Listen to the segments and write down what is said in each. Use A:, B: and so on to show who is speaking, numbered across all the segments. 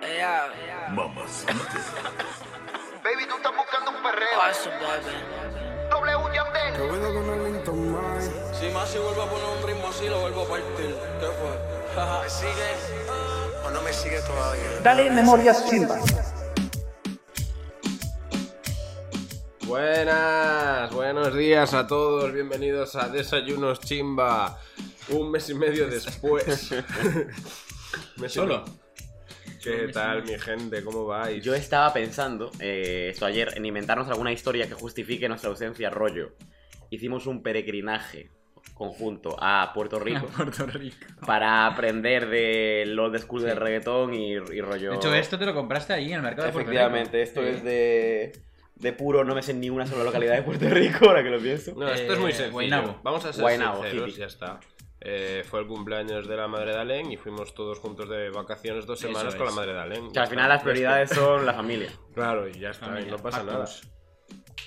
A: yeah, yeah.
B: Baby, tú estás buscando un perreo.
A: Awesome, baby.
B: W Yandel.
C: Si más si vuelvo a poner un ritmo así, lo vuelvo a partir. ¿Qué fue? Jaja.
B: ¿Me sigues o no me sigue todavía?
D: Dale memorias chimbas.
E: Buenas, buenos días a todos, bienvenidos a Desayunos Chimba. Un mes y medio después. Mes y
F: Solo.
E: medio. ¿Qué tal, mi gente? ¿Cómo vais?
G: Yo estaba pensando, eh, esto ayer, en inventarnos alguna historia que justifique nuestra ausencia, rollo. Hicimos un peregrinaje conjunto a Puerto Rico
F: A Puerto Rico.
G: para aprender de lo de school del reggaetón y, y rollo.
F: De hecho, esto te lo compraste ahí en el mercado de Puerto Rico.
G: Efectivamente, esto
F: Sí.
G: es de, de puro, no me sé ni una sola localidad de Puerto Rico, ahora que lo pienso.
E: No, esto es muy
F: Eh,
E: sencillo.
F: Guaynabo.
E: Vamos a ser
G: Guaynabo,
E: sinceros,
G: hippie.
E: ya está. Eh, fue el cumpleaños de la madre de Alén y fuimos todos juntos de vacaciones dos
F: Eso
E: semanas
F: es.
E: con la madre de Alén.
G: O
E: Ya
G: sea, al
E: está,
G: final las
E: ya está.
G: prioridades son la familia.
E: Claro, y ya está,
F: Familia,
E: y no pasa nada.
F: pactos.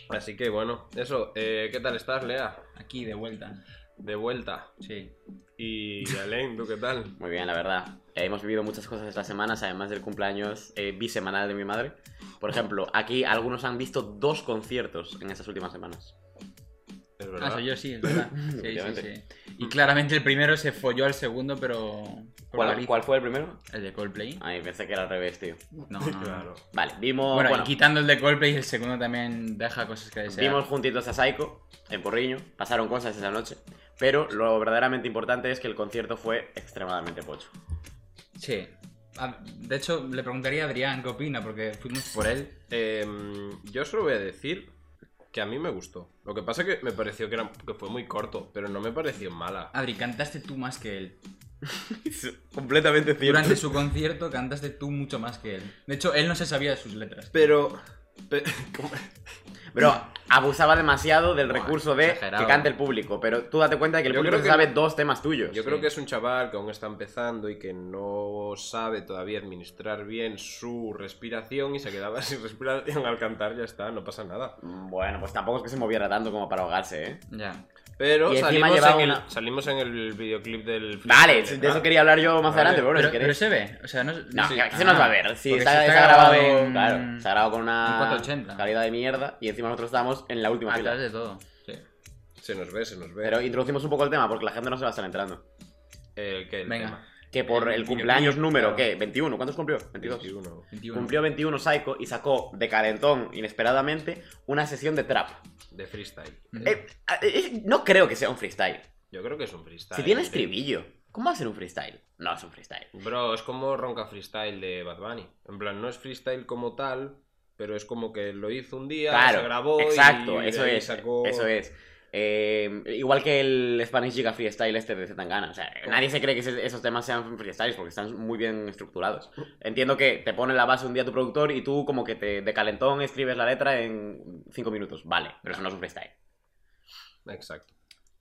E: Así que bueno, eso. eh, ¿Qué tal estás, Lea?
F: Aquí, de vuelta.
E: De vuelta.
F: Sí.
E: Y Alén, ¿tú qué tal?
G: Muy bien, la verdad. Eh, hemos vivido muchas cosas estas semanas, además del cumpleaños eh, bisemanal de mi madre. Por ejemplo, aquí algunos han visto dos conciertos en estas últimas semanas.
E: Es
F: Ah,
E: verdad.
F: soy yo sí, es verdad. Sí, sí, sí.
G: Efectivamente.
F: Y claramente el primero se folló al segundo, pero. por
G: ¿Cuál,
F: nariz.
G: cuál fue el primero?
F: El de Coldplay.
G: Ay, pensé que era al revés, tío.
F: No, no.
E: Ah, Claro.
G: Vale, vimos.
F: Bueno,
G: Bueno,
F: y quitando el de Coldplay, el segundo también deja cosas que desear.
G: vimos juntitos a Psycho en Porriño. Pasaron cosas esa noche. Pero lo verdaderamente importante es que el concierto fue extremadamente pocho.
F: Sí. Ah, De hecho, le preguntaría a Adrián qué opina, porque fuimos por él.
E: Em, yo solo voy a decir que a mí me gustó. Lo que pasa que me pareció que, era, que fue muy corto, pero no me pareció mala.
F: Adri, cantaste tú más que él.
G: Completamente
F: Durante su concierto cantaste tú mucho más que él. De hecho, él no se sabía de sus letras.
E: Pero... pe- ¿cómo?
G: Pero abusaba demasiado del
F: Buah,
G: recurso de
F: exagerado.
G: que cante el público. Pero tú date cuenta de que el
E: Yo
G: público
E: creo
G: se
E: que-
G: sabe dos temas tuyos.
E: Yo creo que es un chaval que aún está empezando y que no sabe todavía administrar bien su respiración y se quedaba sin respiración al cantar, ya está, no pasa nada.
G: Bueno, pues tampoco es que se moviera tanto como para ahogarse, ¿eh?
F: Ya.
E: Pero
G: Y encima
E: salimos en,
G: llevaba
E: el,
G: una-
E: salimos en el videoclip del...
G: Vale,
E: Flip,
G: de eso
E: ¿no?
G: quería hablar yo más
E: Vale,
G: adelante, pero, bueno,
F: Pero,
G: si
F: pero
G: queréis.
F: se ve. O sea, no,
G: No,
F: sí. Ah,
G: que se nos va a ver. Sí,
F: Porque
G: está,
F: si
G: está grabado,
F: en-
G: claro, se ha grabado con una
F: en Ah, 480.
G: calidad de mierda y encima nosotros estábamos en la última
F: Atrás
G: fila.
F: de todo.
E: Se nos ve, se nos ve.
G: Pero introducimos un poco el tema porque la gente no se va a estar entrando.
E: Eh, ¿qué? El
F: Venga.
E: tema.
G: Que por
F: El
G: el
F: videoclip,
G: cumpleaños número, ¿qué?
F: claro.
G: ¿21? ¿Cuántos cumplió? 22.
E: 21.
F: 21.
G: Cumplió 21 Psycho y sacó de calentón, inesperadamente, una sesión de trap.
E: De freestyle.
F: Mm.
G: Eh, eh, no creo que sea un freestyle.
E: Yo creo que es un freestyle.
G: Si tiene
E: de-
G: estribillo, ¿cómo va a ser un freestyle? No es un freestyle.
E: Bro, es como Ronca Freestyle de Bad Bunny. En plan, no es freestyle como tal, pero es como que lo hizo un día,
G: Claro,
E: se grabó
G: exacto,
E: y de
G: eso
E: ahí
G: es,
E: sacó...
G: eso es. Eh, igual que el Spanish Giga Freestyle este de Zetangana, o sea, nadie se cree que ese- esos temas sean freestyles porque están muy bien estructurados. Entiendo que te pone la base un día tu productor y tú como que te de calentón escribes la letra en 5 minutos, vale, pero eso no es un freestyle.
E: Exacto.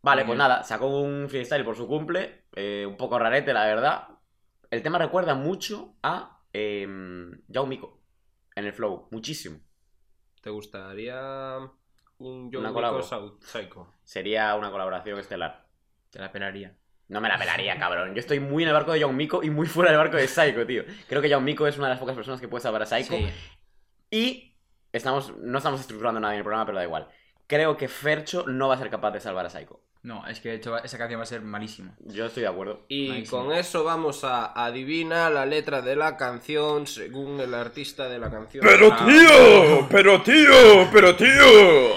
G: Vale,
F: Bien.
G: pues nada, sacó un freestyle por su cumple, eh, un poco rarete la verdad. El tema recuerda mucho a eh, Yao Miko en el flow, muchísimo.
E: ¿Te gustaría un John
G: Una
E: Wick
G: colabo.
E: South Psycho?
G: Sería una colaboración estelar.
F: Te la pelaría.
G: No me la pelaría, cabrón. Yo estoy muy en el barco de John Miko y muy fuera del barco de Psycho, tío. Creo que John Miko es una de las pocas personas que puede salvar a Psycho.
F: Sí.
G: Y estamos, no estamos estructurando nada en el programa, pero da igual. Creo que Fercho no va a ser capaz de salvar a Psycho.
F: No, es que de hecho va- esa canción va a ser malísima.
G: Yo estoy de acuerdo.
E: Y
F: Buenísimo.
E: con eso vamos a adivina la letra de la canción según el artista de la canción. Ah,
H: tío, pero tío, pero tío.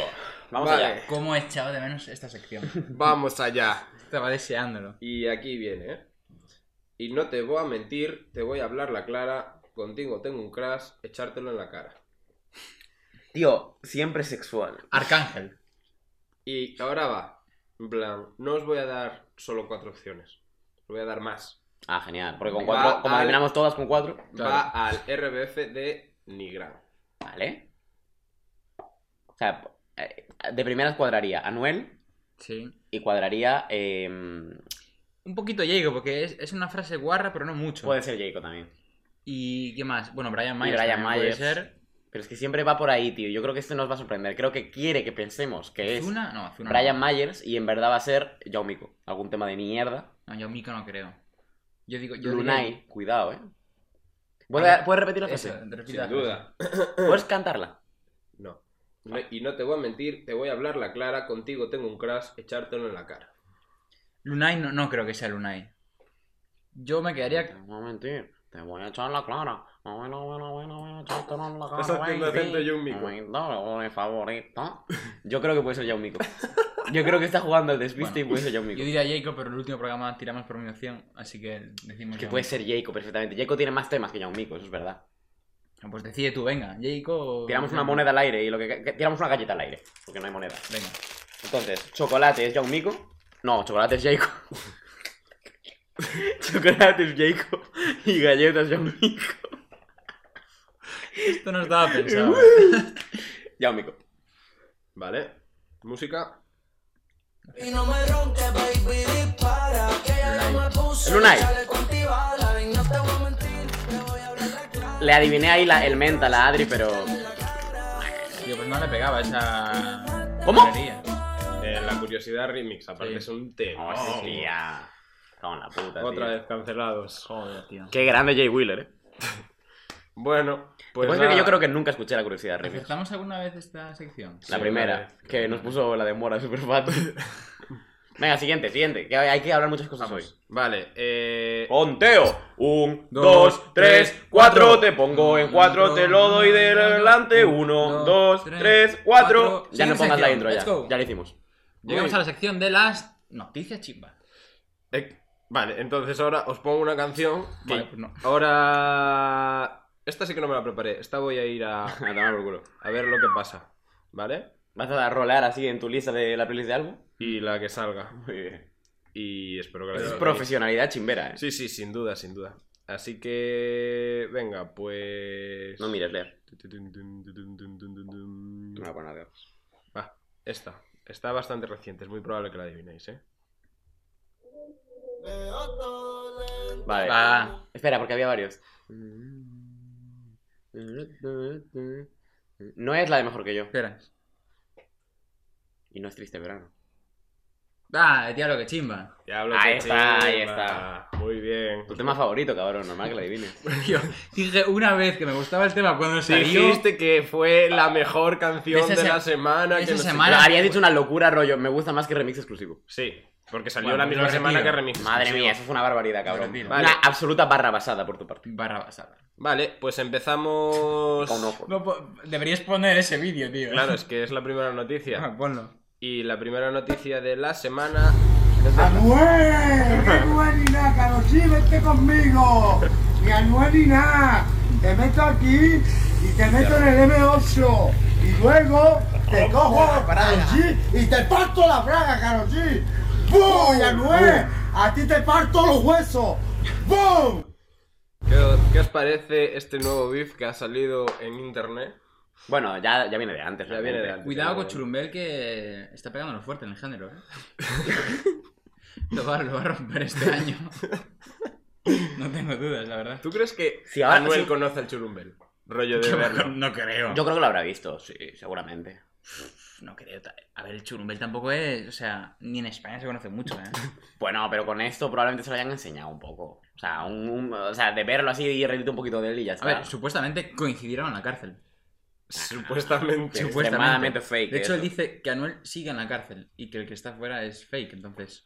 G: Vamos
E: Vale.
G: allá.
F: ¿Cómo he echado de menos esta sección?
E: Vamos allá.
F: Estaba deseándolo.
E: Y aquí viene, ¿eh? Y no te voy a mentir, te voy a hablar la clara. Contigo tengo un crash, echártelo en la cara.
G: Tío, siempre sexual.
F: Arcángel.
E: Y ahora va. En plan, no os voy a dar solo cuatro opciones. Os voy a dar más.
G: Ah, genial. Porque con
E: Va
G: cuatro, como
E: al-
G: eliminamos todas con cuatro.
E: Va al RBF de Nigran.
G: Vale. O sea, eh, de primeras cuadraría Anuel
F: Sí.
G: y cuadraría. em,
F: Un poquito llego, porque es, es una frase guarra, pero no mucho.
G: puede ser Jacob también.
F: ¿Y qué más? Bueno, Brian Myers.
G: Brian
F: también
G: Myers.
F: Puede ser.
G: Pero es que siempre va por ahí, tío. Yo creo que este nos va a sorprender. Creo que quiere que pensemos que es
F: ¿Zuna? No, Zuna.
G: Brian
F: no.
G: Myers y en verdad va a ser Yaumiko. Algún tema de mierda.
F: No, yo Mika no creo. Yo digo. Yo diría-
G: Lunay, cuidado, eh. ¿Puedes, puedes repetir la
F: Eso,
G: frase?
F: repite la
E: Sin
F: frase.
E: duda.
G: ¿Puedes cantarla?
E: No. No- Y no te voy a mentir, te voy a hablar la clara, contigo tengo un crash, echártelo en la cara.
F: Lunay no, no creo que sea Lunay. Yo me
G: Te
F: quedaría.
G: voy a mentir, te voy a echar la clara. Bueno, bueno, bueno, bueno, echártela en la cara,
E: Estás haciendo
G: baby.
E: acento John Mico.
G: Momento, mi favorito. Yo creo que puede ser John Mico. Yo creo que está jugando al despiste y puede ser John
F: Yo
G: Mico.
F: diría Jacob, pero en el último programa tiramos por mi opción, así que decimos.
G: Que
F: John.
G: puede ser Jaco perfectamente. Jaco tiene más temas que John Mico, eso es verdad.
F: Pues decide tú, venga, Jacob. o-
G: Tiramos una moneda al aire y lo que, que- tiramos una galleta al aire, porque no hay moneda.
F: Venga.
G: Entonces, chocolate es John Mico. No, chocolate es Jaco. chocolate es Jaco y galletas John Mico.
F: Esto no estaba pensado.
G: John Mico.
E: ¿Vale? Música.
D: Y no me ronques, baby, dispara. Que ya yo me puse
G: Lunay.
D: chaleco antibala. Y no te voy a mentir, te voy a hablar la clara.
G: Le adiviné ahí la, el menta, la Adri, pero.
F: Tío, pues no le pegaba esa.
G: ¿Cómo?
F: librería.
E: Eh, la curiosidad remix, aparte
F: Sí.
E: es un
G: No,
E: tema.
G: ese tía. Con la puta.
E: Otra
G: Oh, tío.
E: vez cancelados.
F: Joder, tío.
G: Qué grande Jay Wheeler, eh.
E: Bueno, pues.
G: Pues que
E: nada.
G: yo creo que nunca escuché la curiosidad remix.
F: ¿Aceptamos alguna vez esta sección?
G: La
E: Sí,
G: primera,
E: vale.
G: que nos puso la de Mora super fato. Venga, siguiente, siguiente. Que hay hay que hablar muchas cosas hoy.
E: Vale, eh.
G: Conteo. Un,
F: Dos,
G: dos, tres,
F: tres,
G: cuatro.
F: cuatro.
G: Te pongo en cuatro, te lo doy de delante. Uno, dos, tres, cuatro. Ya no
F: Siguiente
G: pongas la
F: sección,
G: intro,
F: let's
G: ya.
F: go.
G: Ya lo hicimos.
F: Llegamos a la sección de las noticias chimba.
E: eh, vale, entonces ahora os pongo una canción. Que
F: Vale, pues no.
E: Ahora. Esta sí que no me la preparé. Esta voy a ir a,
G: A tomar por culo.
E: a ver lo que pasa. ¿Vale?
G: ¿Vas a rolar así en tu lista de la playlist de álbum?
E: Y la que salga.
G: Muy bien.
E: Y espero que la
G: Es
E: disfrutéis.
G: profesionalidad chimbera, eh.
E: Sí, sí, sin duda, sin duda. Así que. Venga, pues.
G: No mires, leer. No
E: mira.
G: voy a poner nada.
E: Ah, esta. Está bastante reciente, es muy probable que la adivinéis, ¿eh?
G: Vale.
F: Va.
G: Espera, porque había varios. No es la de mejor que yo.
F: Espera.
G: Y no es triste verano.
F: Ah, tía, lo que chimba.
E: Diablo,
G: Ahí
E: qué
G: está, ahí
E: chimba. Muy bien.
G: Tu tema favorito, cabrón, normal que la adivines.
F: Yo dije una vez que me gustaba el tema cuando
E: Sí,
F: salió.
G: este-
E: Dijiste que fue la mejor canción
F: Esa
E: de la
F: se-
E: semana. que
F: esa
E: no sé
F: semana-
G: Pero había dicho una locura, rollo. Me gusta más que remix exclusivo.
E: qué. Sí, porque salió
F: Bueno,
E: la
F: pues
E: misma
F: lo
E: semana
F: retiro.
E: que remix.
G: Madre
E: Sí.
G: mía, eso fue una barbaridad, cabrón.
F: Vale.
G: Una absoluta barra basada por tu parte.
F: Barra basada.
E: Vale, pues empezamos.
G: Con ojo.
F: No po- deberías poner ese vídeo, tío.
E: Claro, es que es la primera noticia.
F: Ah, ponlo.
E: Y la primera noticia de la semana.
G: Ah,
I: Anuel, Anuel y nada, Carlos, sí, vente conmigo. Mi Anuel y nada, te meto aquí y te meto en el M8. Y luego te cojo a Carlos G y te parto la braga, Carlos G. ¡Bum! Y Anuel, a ti te parto los huesos. ¡Bum!
E: ¿Qué, qué os parece este nuevo beef que ha salido en internet?
G: Bueno, ya, ya viene de antes.
E: Ya viene de
G: realmente.
E: antes.
F: Cuidado con Churumbel que está pegándolo fuerte en el género, ¿eh? lo, va, lo va a romper este año. No tengo dudas, la verdad.
E: ¿Tú crees que
G: Sí, ahora-
E: Anuel
G: sí.
E: conoce al churumbel? Rollo de
F: Qué va,
E: verlo.
F: No creo.
G: Yo creo que lo habrá visto, sí, seguramente.
F: No creo. ta- A ver, el Churumbel tampoco es. O sea, ni en España se conoce mucho, ¿eh?
G: Bueno, pero con esto probablemente se lo hayan enseñado un poco. O sea, un, un- o sea de verlo así y reírte un poquito de él y ya
F: A
G: está.
F: ver, supuestamente coincidieron en la cárcel.
E: Supuestamente.
G: Supuestamente. Extremadamente fake
F: De hecho,
G: eso.
F: él dice que Anuel sigue en la cárcel y que el que está fuera es fake, entonces.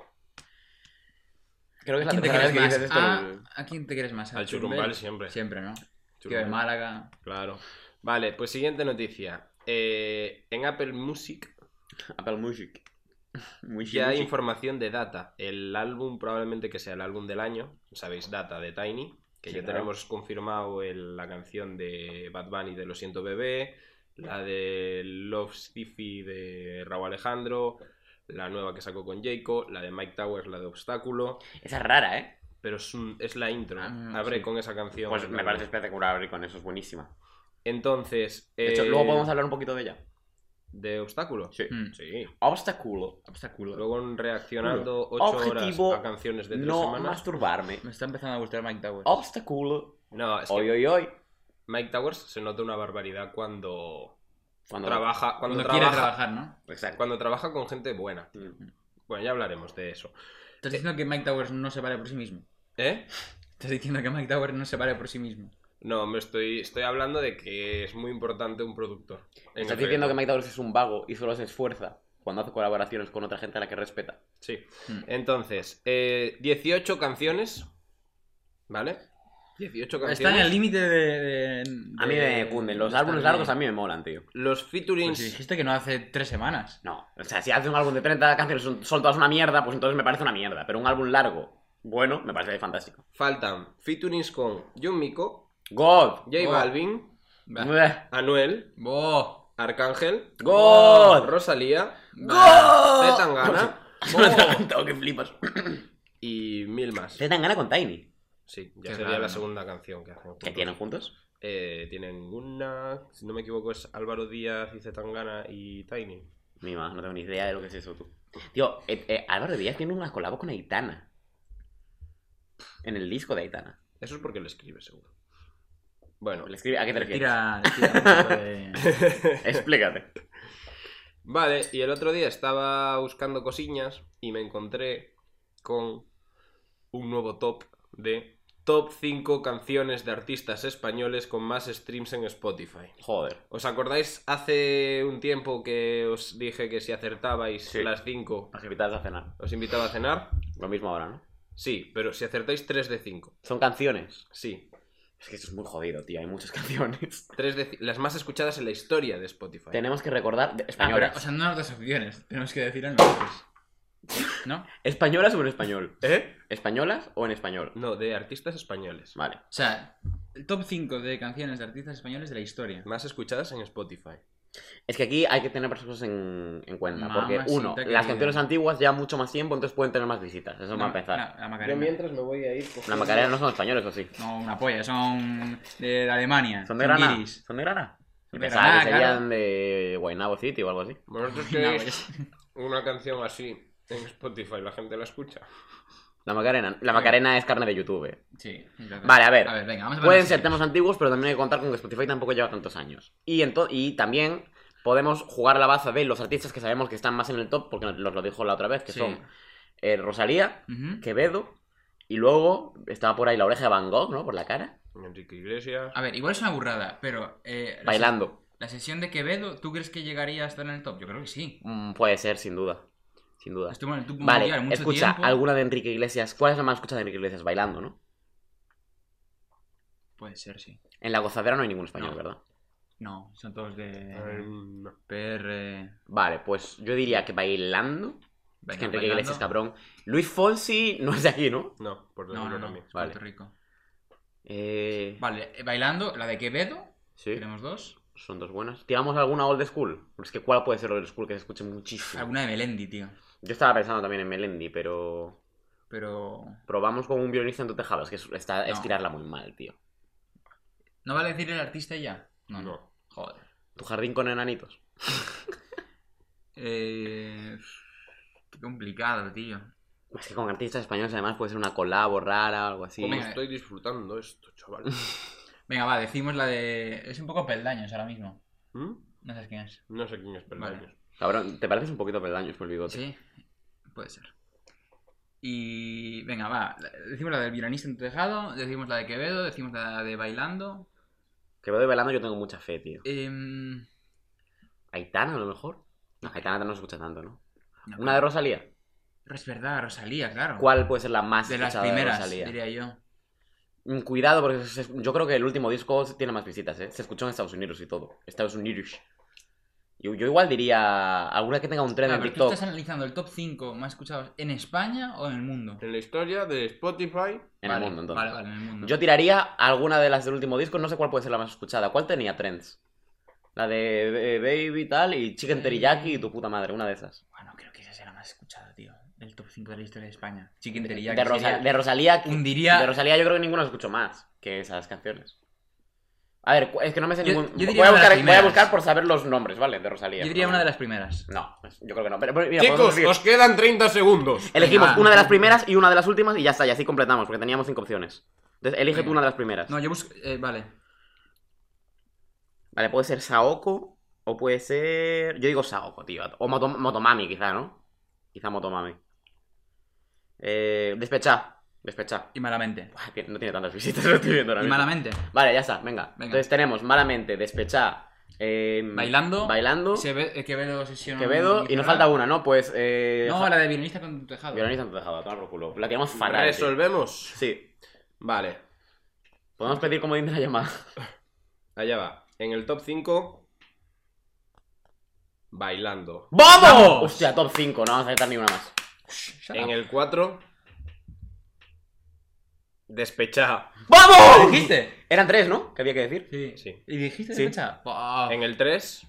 G: Creo que es
F: ¿A
G: la
F: quién te
G: tercera vez Ah.
F: quieres
G: que
F: más?
G: dices esto.
F: ¿A, ¿a quién te quieres más? ¿A
E: Al
F: Churumbel?
E: Churumbel siempre.
F: Siempre, ¿no? Tío de
E: Churumbel.
F: Málaga.
E: Claro. Vale, pues siguiente noticia. Eh, en Apple Music
G: Apple Music. Music.
E: ya hay
G: Music.
E: información de Data. El álbum probablemente que sea el álbum del año. Sabéis, Data de Tiny. Que
G: Sí,
E: ya
G: claro.
E: tenemos confirmado el- la canción de Bad Bunny de Lo siento bebé. La de Love Stiffy de Raúl Alejandro. La nueva que sacó con Jayco. La de Mike Towers, la de Obstáculo.
G: Esa es rara, ¿eh?
E: Pero es, un- es la intro.
F: Ah,
E: Abre
F: sí.
E: con esa canción.
G: Pues me
E: Claro.
G: parece espectacular abrir con eso, es buenísima.
E: Entonces.
G: De hecho,
E: eh,
G: luego podemos hablar un poquito de ella.
E: ¿De Obstáculo?
G: Sí.
F: Mm.
E: Sí.
G: Obstáculo.
F: Obstáculo.
E: Luego en reaccionando 8
G: Objetivo,
E: horas a canciones de 3
G: No
E: semanas.
G: masturbarme.
F: Me está empezando a gustar Mike Towers.
G: Obstáculo.
E: No, es que
G: Hoy, hoy, hoy.
E: Mike Towers se nota una barbaridad cuando
G: Cuando
E: trabaja. Cuando,
F: Cuando quiere
E: trabaja,
F: trabajar, ¿no?
G: Exacto.
E: Cuando trabaja con gente buena.
G: Mm.
E: Bueno, ya hablaremos de eso.
F: Estás diciendo que Mike Towers no se vale por sí mismo.
E: ¿Eh?
F: Estás diciendo que Mike Towers no se vale por sí mismo.
E: No, me estoy, estoy hablando de que es muy importante un productor. en
G: Estás
E: el
G: diciendo que
E: reggaetón.
G: Mike Towers es un vago y solo se esfuerza cuando hace colaboraciones con otra gente a la que respeta.
E: Sí.
F: Hmm.
E: Entonces, eh, 18 canciones. ¿Vale? 18 canciones.
F: Está en el límite de, de-
G: A mí
F: de-
G: me cunden. Los
F: de
G: álbumes
F: estar
G: largos a
F: Eh, bien.
G: mí me molan, tío.
E: Los
F: Pues
E: featurings.
F: si dijiste que no hace tres semanas.
G: No, o sea, si haces un álbum de 30 canciones son, son todas una mierda, pues entonces me parece una mierda. Pero un álbum largo, bueno, me parece fantástico.
E: Faltan featurings con John Mico,
G: God,
E: J
F: Oh.
E: Balvin,
F: Bah.
G: Bleh.
E: Anuel,
F: Bo.
E: Arcángel,
G: God,
E: Rosalía,
G: God.
E: Z Tangana
G: Tengo que flipas.
E: y mil más.
G: Se dan gana con Tiny.
E: Sí,
F: Qué
E: ya sería
F: raro,
E: la
F: ¿no?
E: segunda canción que hacen.
G: ¿Qué
E: juntos.
G: tienen juntos?
E: Eh, tienen una, si no me equivoco, es Álvaro Díaz y Zetangana y Tiny.
G: Mi mamá, no tengo ni idea de lo que es eso, tú. Tío, eh, eh, Álvaro Díaz tiene una colabo con Aitana. En el disco de Aitana.
E: Eso es porque lo escribe, seguro. Bueno,
G: Le escribe- ¿A qué te refieres?
F: Tira, tira un poco de- Ah,
G: Explícate.
E: vale, y el otro día estaba buscando cosiñas y me encontré con un nuevo top de top 5 canciones de artistas españoles con más streams en Spotify.
G: Joder.
E: ¿Os acordáis hace un tiempo que os dije que si acertabais
G: Sí.
E: las 5
G: Nos invitas a cenar.
E: os invitaba a cenar?
G: Lo mismo ahora, ¿no?
E: Sí, pero si acertáis 3 de 5.
G: Son canciones.
E: Sí,
G: Es que esto es muy jodido, tío. Hay muchas canciones.
E: tres de ci- las más escuchadas en la historia de Spotify.
G: Tenemos que recordar. de-
F: Ah, pero,
G: Españolas.
F: o sea, no nos das opciones. Tenemos que decir a nosotros. ¿No? O
G: ¿Españolas o en español?
E: ¿Eh?
G: ¿Españolas o en español?
E: No, de artistas españoles.
G: Vale.
F: sea, el top 5 de canciones de artistas españoles de la historia.
E: Más escuchadas en Spotify.
G: Es que aquí hay que tener varias cosas en, en cuenta. porque,
F: Mamacita
G: uno,
F: querida.
G: las canciones antiguas llevan mucho más tiempo, entonces pueden tener más visitas. Eso va a empezar.
F: La, la Macarena.
E: me voy a ir.
G: La Macarena no son españoles, ¿o sí?
F: No, una polla, son de Alemania.
G: ¿Son de Granada?
F: guiris.
G: ¿Son de Granada?
F: Son de
G: Pensaba que
F: Granada, claro.
G: serían de Guaynabo City o algo así.
E: Vosotros
F: No, pues-
E: queréis
F: es-
E: una canción así en Spotify, la gente la escucha.
G: La Macarena. La Macarena es carne de YouTube.
F: Sí, es verdad.
G: Vale, a ver.
F: A ver, venga, vamos a
G: Pueden
F: ver
G: ser
F: si-
G: temas antiguos, pero también hay que contar con que Spotify tampoco lleva tantos años. Y, ento- y también podemos jugar a la baza de los artistas que sabemos que están más en el top, porque nos lo dijo la otra vez, que
F: Sí.
G: son eh, Rosalía,
F: Ujú.
G: Quevedo, y luego estaba por ahí la oreja de Van Gogh, ¿no? Por la cara,
E: Enrique Iglesias.
F: A ver, igual es una burrada, pero. eh, la se-
G: bailando.
F: La sesión de Quevedo, ¿tú crees que llegaría a estar en el top? Yo creo que sí.
G: Mm, puede ser, sin duda. Sin duda.
F: Estuvo en el top
G: Vale,
F: mundial mucho
G: escucha,
F: tiempo.
G: alguna de Enrique Iglesias. ¿Cuál es la más escuchada de Enrique Iglesias? Bailando, ¿no?
F: Puede ser, sí.
G: En la gozadera no hay ningún español,
F: No.
G: ¿verdad?
F: No, son todos
E: Eh,
F: de.
E: no.
F: PR.
G: Vale, pues yo diría que bailando. es
F: Venga,
G: que Enrique
F: bailando.
G: Iglesias, cabrón. Luis Fonsi no es de aquí, ¿no?
E: No, por
F: No, no,
E: ejemplo,
F: no.
E: también.
F: es
G: Vale.
F: Puerto Rico.
G: Eh,
F: Vale, eh, bailando, la de Quevedo.
G: sí,
F: Tenemos dos.
G: son dos buenas. ¿Tiramos alguna old school? Es que ¿cuál puede ser old school que se escuche muchísimo?
F: Alguna de Melendi, tío.
G: Yo estaba pensando también en Melendi, pero
F: Pero.
G: probamos con un violinista en tu tejado. Es que es- está, es
F: No.
G: tirarla muy mal, tío.
F: ¿No vale decir el artista ya? No, no.
E: No.
F: Joder.
G: Tu jardín con enanitos.
F: Eh... Qué complicado, tío.
G: Es que con artistas españoles además puede ser una colabo rara o algo así.
E: ¿Cómo
F: Venga.
E: estoy disfrutando esto, chaval?
F: Venga, va, decimos la de. Es un poco peldaños ahora mismo.
E: ¿Mm?
F: No sabes quién es.
E: No sé quién es Peldaños.
F: Vale.
G: Cabrón, te pareces un poquito peldaños por el bigote.
F: Sí, puede ser. Y. Venga, va. la- Decimos la del violinista en tu tejado, decimos la de Quevedo, decimos la de Bailando.
G: Que veo de bailando yo tengo mucha fe, tío.
F: Em,
G: Aitana a lo mejor. No, Aitana no se escucha tanto, ¿no?
F: no,
G: Una de Rosalía.
F: Es verdad, Rosalía, claro.
G: ¿Cuál puede ser la más
F: De las
G: escuchada
F: primeras,
G: de Rosalía?
F: diría yo.
G: Mm, Cuidado, porque se- yo creo que el último disco tiene más visitas, ¿eh? Se escuchó en Estados Unidos y todo. Estados Unidos. Yo, yo igual diría alguna que tenga un tren
F: Ah,
G: en
F: pero tú
G: TikTok
F: estás analizando el top 5 más escuchados en España o en el mundo.
E: En la historia de Spotify,
G: en
F: Vale,
G: el mundo, entonces.
F: Vale, vale, en el mundo.
G: Yo tiraría alguna de las del último disco, no sé cuál puede ser la más escuchada. ¿Cuál tenía trends? La de, eh, Baby tal y
F: Eh,
G: Chicken Teriyaki y tu puta madre, una de esas.
F: Bueno, Ah, creo que esa será más escuchada, tío. Del top 5 de la historia de España. Chicken
G: de,
F: Teriyaki.
G: Rosa-
F: sería-
G: de Rosalía. que-
F: Hundiría-
G: De Rosalía yo creo que ninguna escucho más que esas canciones. A ver, cu- es que no me sé
F: Yo-
G: ningún.
F: yo diría
G: voy, a
F: una de las
G: buscar, voy a
F: primeras.
G: buscar por saber los nombres, ¿vale? De Rosalía.
F: Yo diría
G: No,
F: una de las primeras.
G: No, pues, yo creo que no. Pero, pero mira, podemos
E: Chicos,
G: decir-
E: os quedan 30 segundos.
G: Elegimos
F: Venga.
G: una de las primeras y una de las últimas y ya está, y así completamos, porque teníamos cinco opciones. Entonces, elige tú
F: Venga.
G: una de las primeras.
F: No, yo busco. eh, vale.
G: Vale, puede ser Saoko o puede ser. Yo digo Saoko, tío. O Moto- Motomami, quizá, ¿no? Quizá Motomami. Eh, despechá. Despecha.
F: Y malamente.
G: No tiene tantas visitas, lo estoy viendo ahora
F: Y
G: mismo.
F: malamente.
G: Vale, ya está, venga.
F: Venga.
G: Entonces tenemos Malamente, Despechá, eh,
F: Bailando.
G: Bailando,
F: Se ve, eh, Quevedo sesión.
G: Quevedo y nos falta una, ¿no? Pues. Eh,
F: No, la de violinista con tu tejado.
G: Violinista no te dejaba, tomar por culo. La quedamos fatal. tío.
E: Resolvemos.
G: Sí.
E: Vale,
G: Podemos pedir como dice la llamada.
E: allá va. En el top 5, bailando.
G: ¡Vamos! Hostia, top 5, no vamos a aceptar ni una más.
E: En el 4, despechado.
F: ¿Lo
G: ¡Vamos!
F: dijiste?
G: Eran tres, ¿no? Que había que decir.
F: Sí.
E: Sí.
F: ¿Y dijiste
G: Sí.
F: despecha?
G: Ah.
F: Buah.
E: En el 3,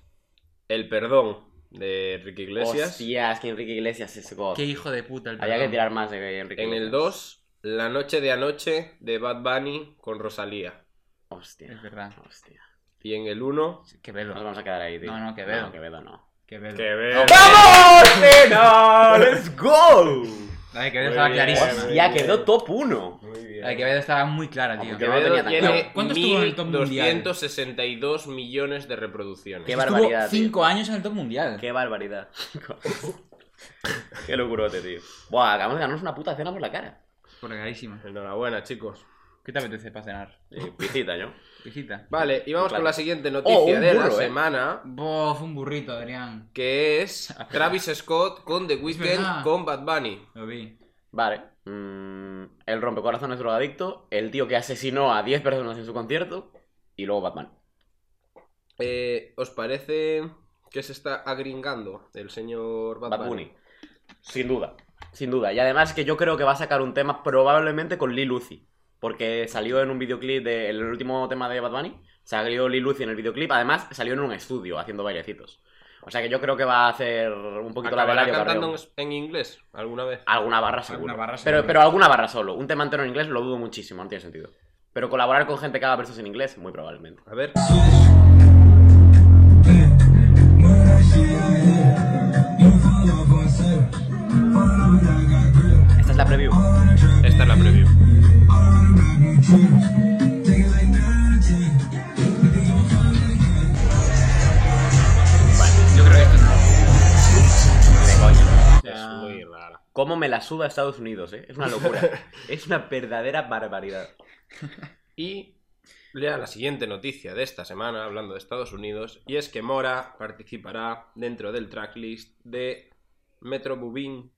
E: el perdón de Ricky Iglesias.
G: Hostia, es que Enrique Iglesias es God.
F: Qué hijo de puta el
G: Había que
F: perdón.
G: tirar más de Enrique
E: En el
G: Iglesias.
E: 2, la noche de anoche de Bad Bunny con Rosalía.
G: Hostia.
F: Es verdad.
G: Hostia.
E: Y en el 1,
F: Quevedo.
G: Nos vamos a quedar ahí, tío.
F: No, no, Quevedo.
G: No, Quevedo no.
F: Quevedo.
E: Quevedo.
G: ¡Vamos, nena! ¡Let's go!
F: La de Quevedo estaba clarísima.
G: Hostia, quedó top 1.
E: Muy
F: La de
E: bien.
F: Quevedo estaba muy clara, tío.
G: Quevedo tenía tan
E: tiene
G: claro.
F: ¿Cuánto estuvo en el top mundial?
E: 262 millones de reproducciones.
G: Qué
F: Estuvo
G: barbaridad, tío.
F: cinco años en el top mundial.
G: Qué barbaridad. Qué locurote, tío. Buah, acabamos de ganarnos una puta cena por la cara.
F: Por clarísima.
E: Enhorabuena, chicos.
F: ¿Qué te apetece para cenar?
G: Eh, Piscita, ¿no?
F: Hijita.
E: Vale, y vamos
G: Vale.
E: con la siguiente noticia
G: Oh, un
E: de la
G: burro, eh.
E: semana,
F: Bof, un burrito, Adrián.
E: que es Travis Scott con The Weeknd
F: verdad.
E: con Bad Bunny.
F: Lo vi.
G: Vale. Mm, el rompecorazones drogadicto, el tío que asesinó a 10 personas en su concierto y luego Batman.
E: Eh, ¿Os parece que se está agringando el señor Bad,
G: Bad
E: Bunny?
G: Bunny. Sin duda. Sin duda. Y además que yo creo que va a sacar un tema probablemente con Lee Lucy. Porque salió en un videoclip del último tema de Bad Bunny. Salió Lee Lucy en el videoclip. Además, salió en un estudio haciendo bailecitos. O sea que yo creo que va a hacer un poquito la
E: ¿Acabará
G: Belario
E: cantando
G: Carrión.
E: en- en inglés alguna vez?
G: Alguna barra seguro.
F: Alguna barra
G: pero,
F: seguro.
G: pero alguna barra solo. Un tema entero en inglés lo dudo muchísimo, no tiene sentido. Pero colaborar con gente que haga versos en inglés, muy probablemente.
E: A ver.
G: Esta es la preview.
E: Esta es la preview.
F: Yo creo que esto no.
E: Es muy rara.
G: Cómo me la suda Estados Unidos, ¿eh? Es una locura. es una verdadera barbaridad.
E: Y lea la siguiente noticia de esta semana, hablando de Estados Unidos, y es que Mora participará dentro del tracklist de Metro Boomin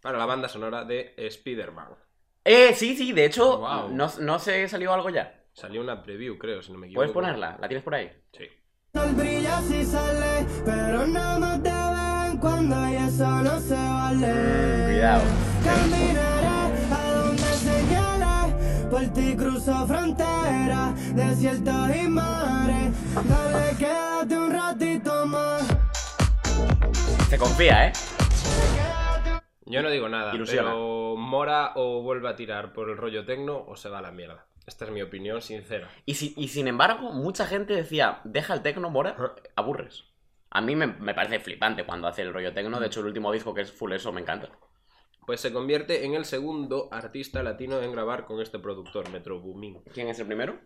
E: para la banda sonora de Spider-Man.
G: Eh, sí, sí, de hecho,
F: Guau.
G: no, no se salió algo ya.
E: Salió una preview, creo, si no me
G: ¿Puedes
E: equivoco.
G: ponerla? ¿La tienes por ahí?
E: Sí.
D: brilla si sale, pero nada más te ven cuando y eso no se vale.
G: Cuidado.
D: Caminaré a donde señale, por ti cruzo frontera, desiertos y mares. Dale, quédate un ratito más.
G: Se confía, ¿eh?
E: Yo no digo nada,
G: Ilusiona.
E: pero Mora o vuelve a tirar por el rollo tecno o se va a la mierda. Esta es mi opinión sincera.
G: Y, si- y sin embargo, mucha gente decía, deja el tecno, mora, aburres. A mí me, me parece flipante cuando hace el rollo tecno. De hecho, el último disco que es full eso me encanta.
E: Pues se convierte en el segundo artista latino en grabar con este productor, Metro Boomin.
G: ¿Quién es el primero?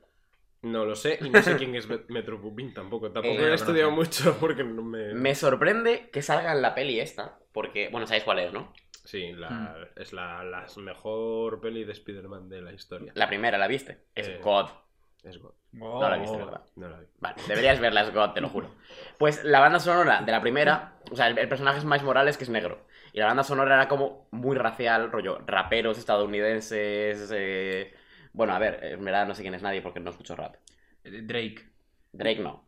E: No lo sé y no sé quién es Met- Metro Boomin tampoco. Tampoco
G: Eh,
E: he estudiado mucho porque no me...
G: Me sorprende que salga en la peli esta, porque, bueno, sabéis cuál es, ¿no?
E: Sí, la-
G: Mm.
E: es la, la mejor peli de Spider-Man de la historia.
G: La primera, ¿la viste? Es
E: Eh.
G: God.
E: Es God.
G: No
F: oh,
G: la viste, ¿verdad?
E: No la vi.
G: Vale, deberías verla, es God, te lo juro. Pues la banda sonora de la primera, o sea, el, el personaje es Miles Morales, que es negro. Y la banda sonora era como muy racial, rollo, raperos estadounidenses. eh, Bueno, a ver, en verdad no sé quién es nadie porque no escucho rap.
F: Eh, Drake.
G: Drake no.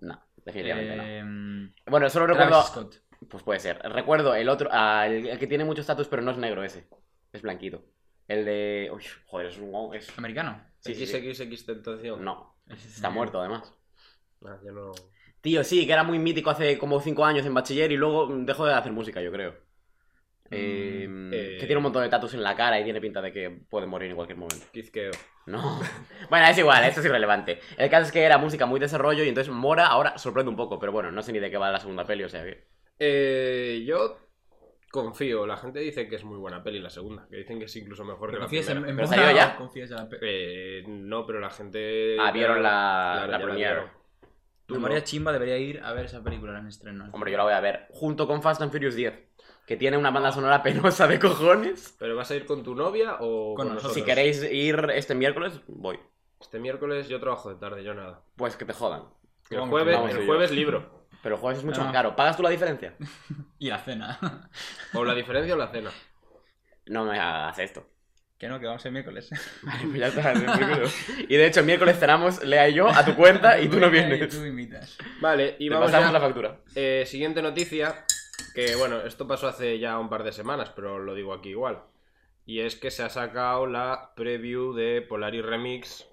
G: No, definitivamente
F: Eh,
G: no. Bueno, solo
F: Travis
G: recuerdo.
F: Scott.
G: Pues puede ser. Recuerdo el otro, ah, el, el que tiene mucho estatus, pero no es negro ese. Es blanquito. El de. Uy, joder, es un. Es...
F: Americano. Eh,
G: Sí, sí, sí.
E: XXX Tentación.
G: No, está muerto además.
E: Ah, ya no...
G: Tío, sí, que era muy mítico hace como 5 años en bachiller y luego dejó de hacer música, yo creo.
F: mm,
G: Eh,
E: eh.
G: Que tiene un montón de tatus en la cara y tiene pinta de que puede morir en cualquier momento.
E: Quizqueo.
G: No. Bueno, es igual, esto es irrelevante. El caso es que era música muy de ese rollo y entonces Mora ahora sorprende un poco, pero bueno, no sé ni de qué va la segunda peli, o sea que.
E: Eh, yo confío. La gente dice que es muy buena peli la segunda. Que dicen que es incluso mejor que la
F: ¿Confías en,
E: primera.
G: Pero
F: en Mora
G: salió ya.
F: o confías en la pe-
E: Eh, no, pero la gente...
G: Ah, vieron la,
E: Claro,
G: la
E: ya
G: premiere.
E: vieron. Tú
F: Memoria
E: no.
F: chimba debería ir a ver esa película en estreno.
G: Hombre, yo la voy a ver. Junto con Fast and Furious 10, que tiene una banda sonora penosa de cojones.
E: ¿Pero vas a ir con tu novia o
F: Con
E: con,
F: nosotros.
E: nosotros?
G: Si queréis ir este miércoles, voy.
E: Este miércoles yo trabajo de tarde, yo nada.
G: Pues que te jodan.
E: El
F: Vamos,
E: jueves,
G: vamos,
E: el
G: yo.
E: jueves libro.
G: Pero jueves es mucho
F: Ah.
G: más caro. ¿Pagas tú la diferencia?
F: Y la cena.
E: O la diferencia o la cena.
G: No me hagas esto.
F: que no, que vamos el miércoles.
G: Vale, pues ya está, te preocupes. y de hecho, el miércoles cenamos, Lea y yo, a tu cuenta y tú no vienes.
F: Tú invitas.
E: Vale, y
G: Te
E: vamos
G: pasamos
E: ya.
G: la factura.
E: Eh, siguiente noticia, que bueno, esto pasó hace ya un par de semanas, pero lo digo aquí igual. Y es que se ha sacado la preview de Polaris Remix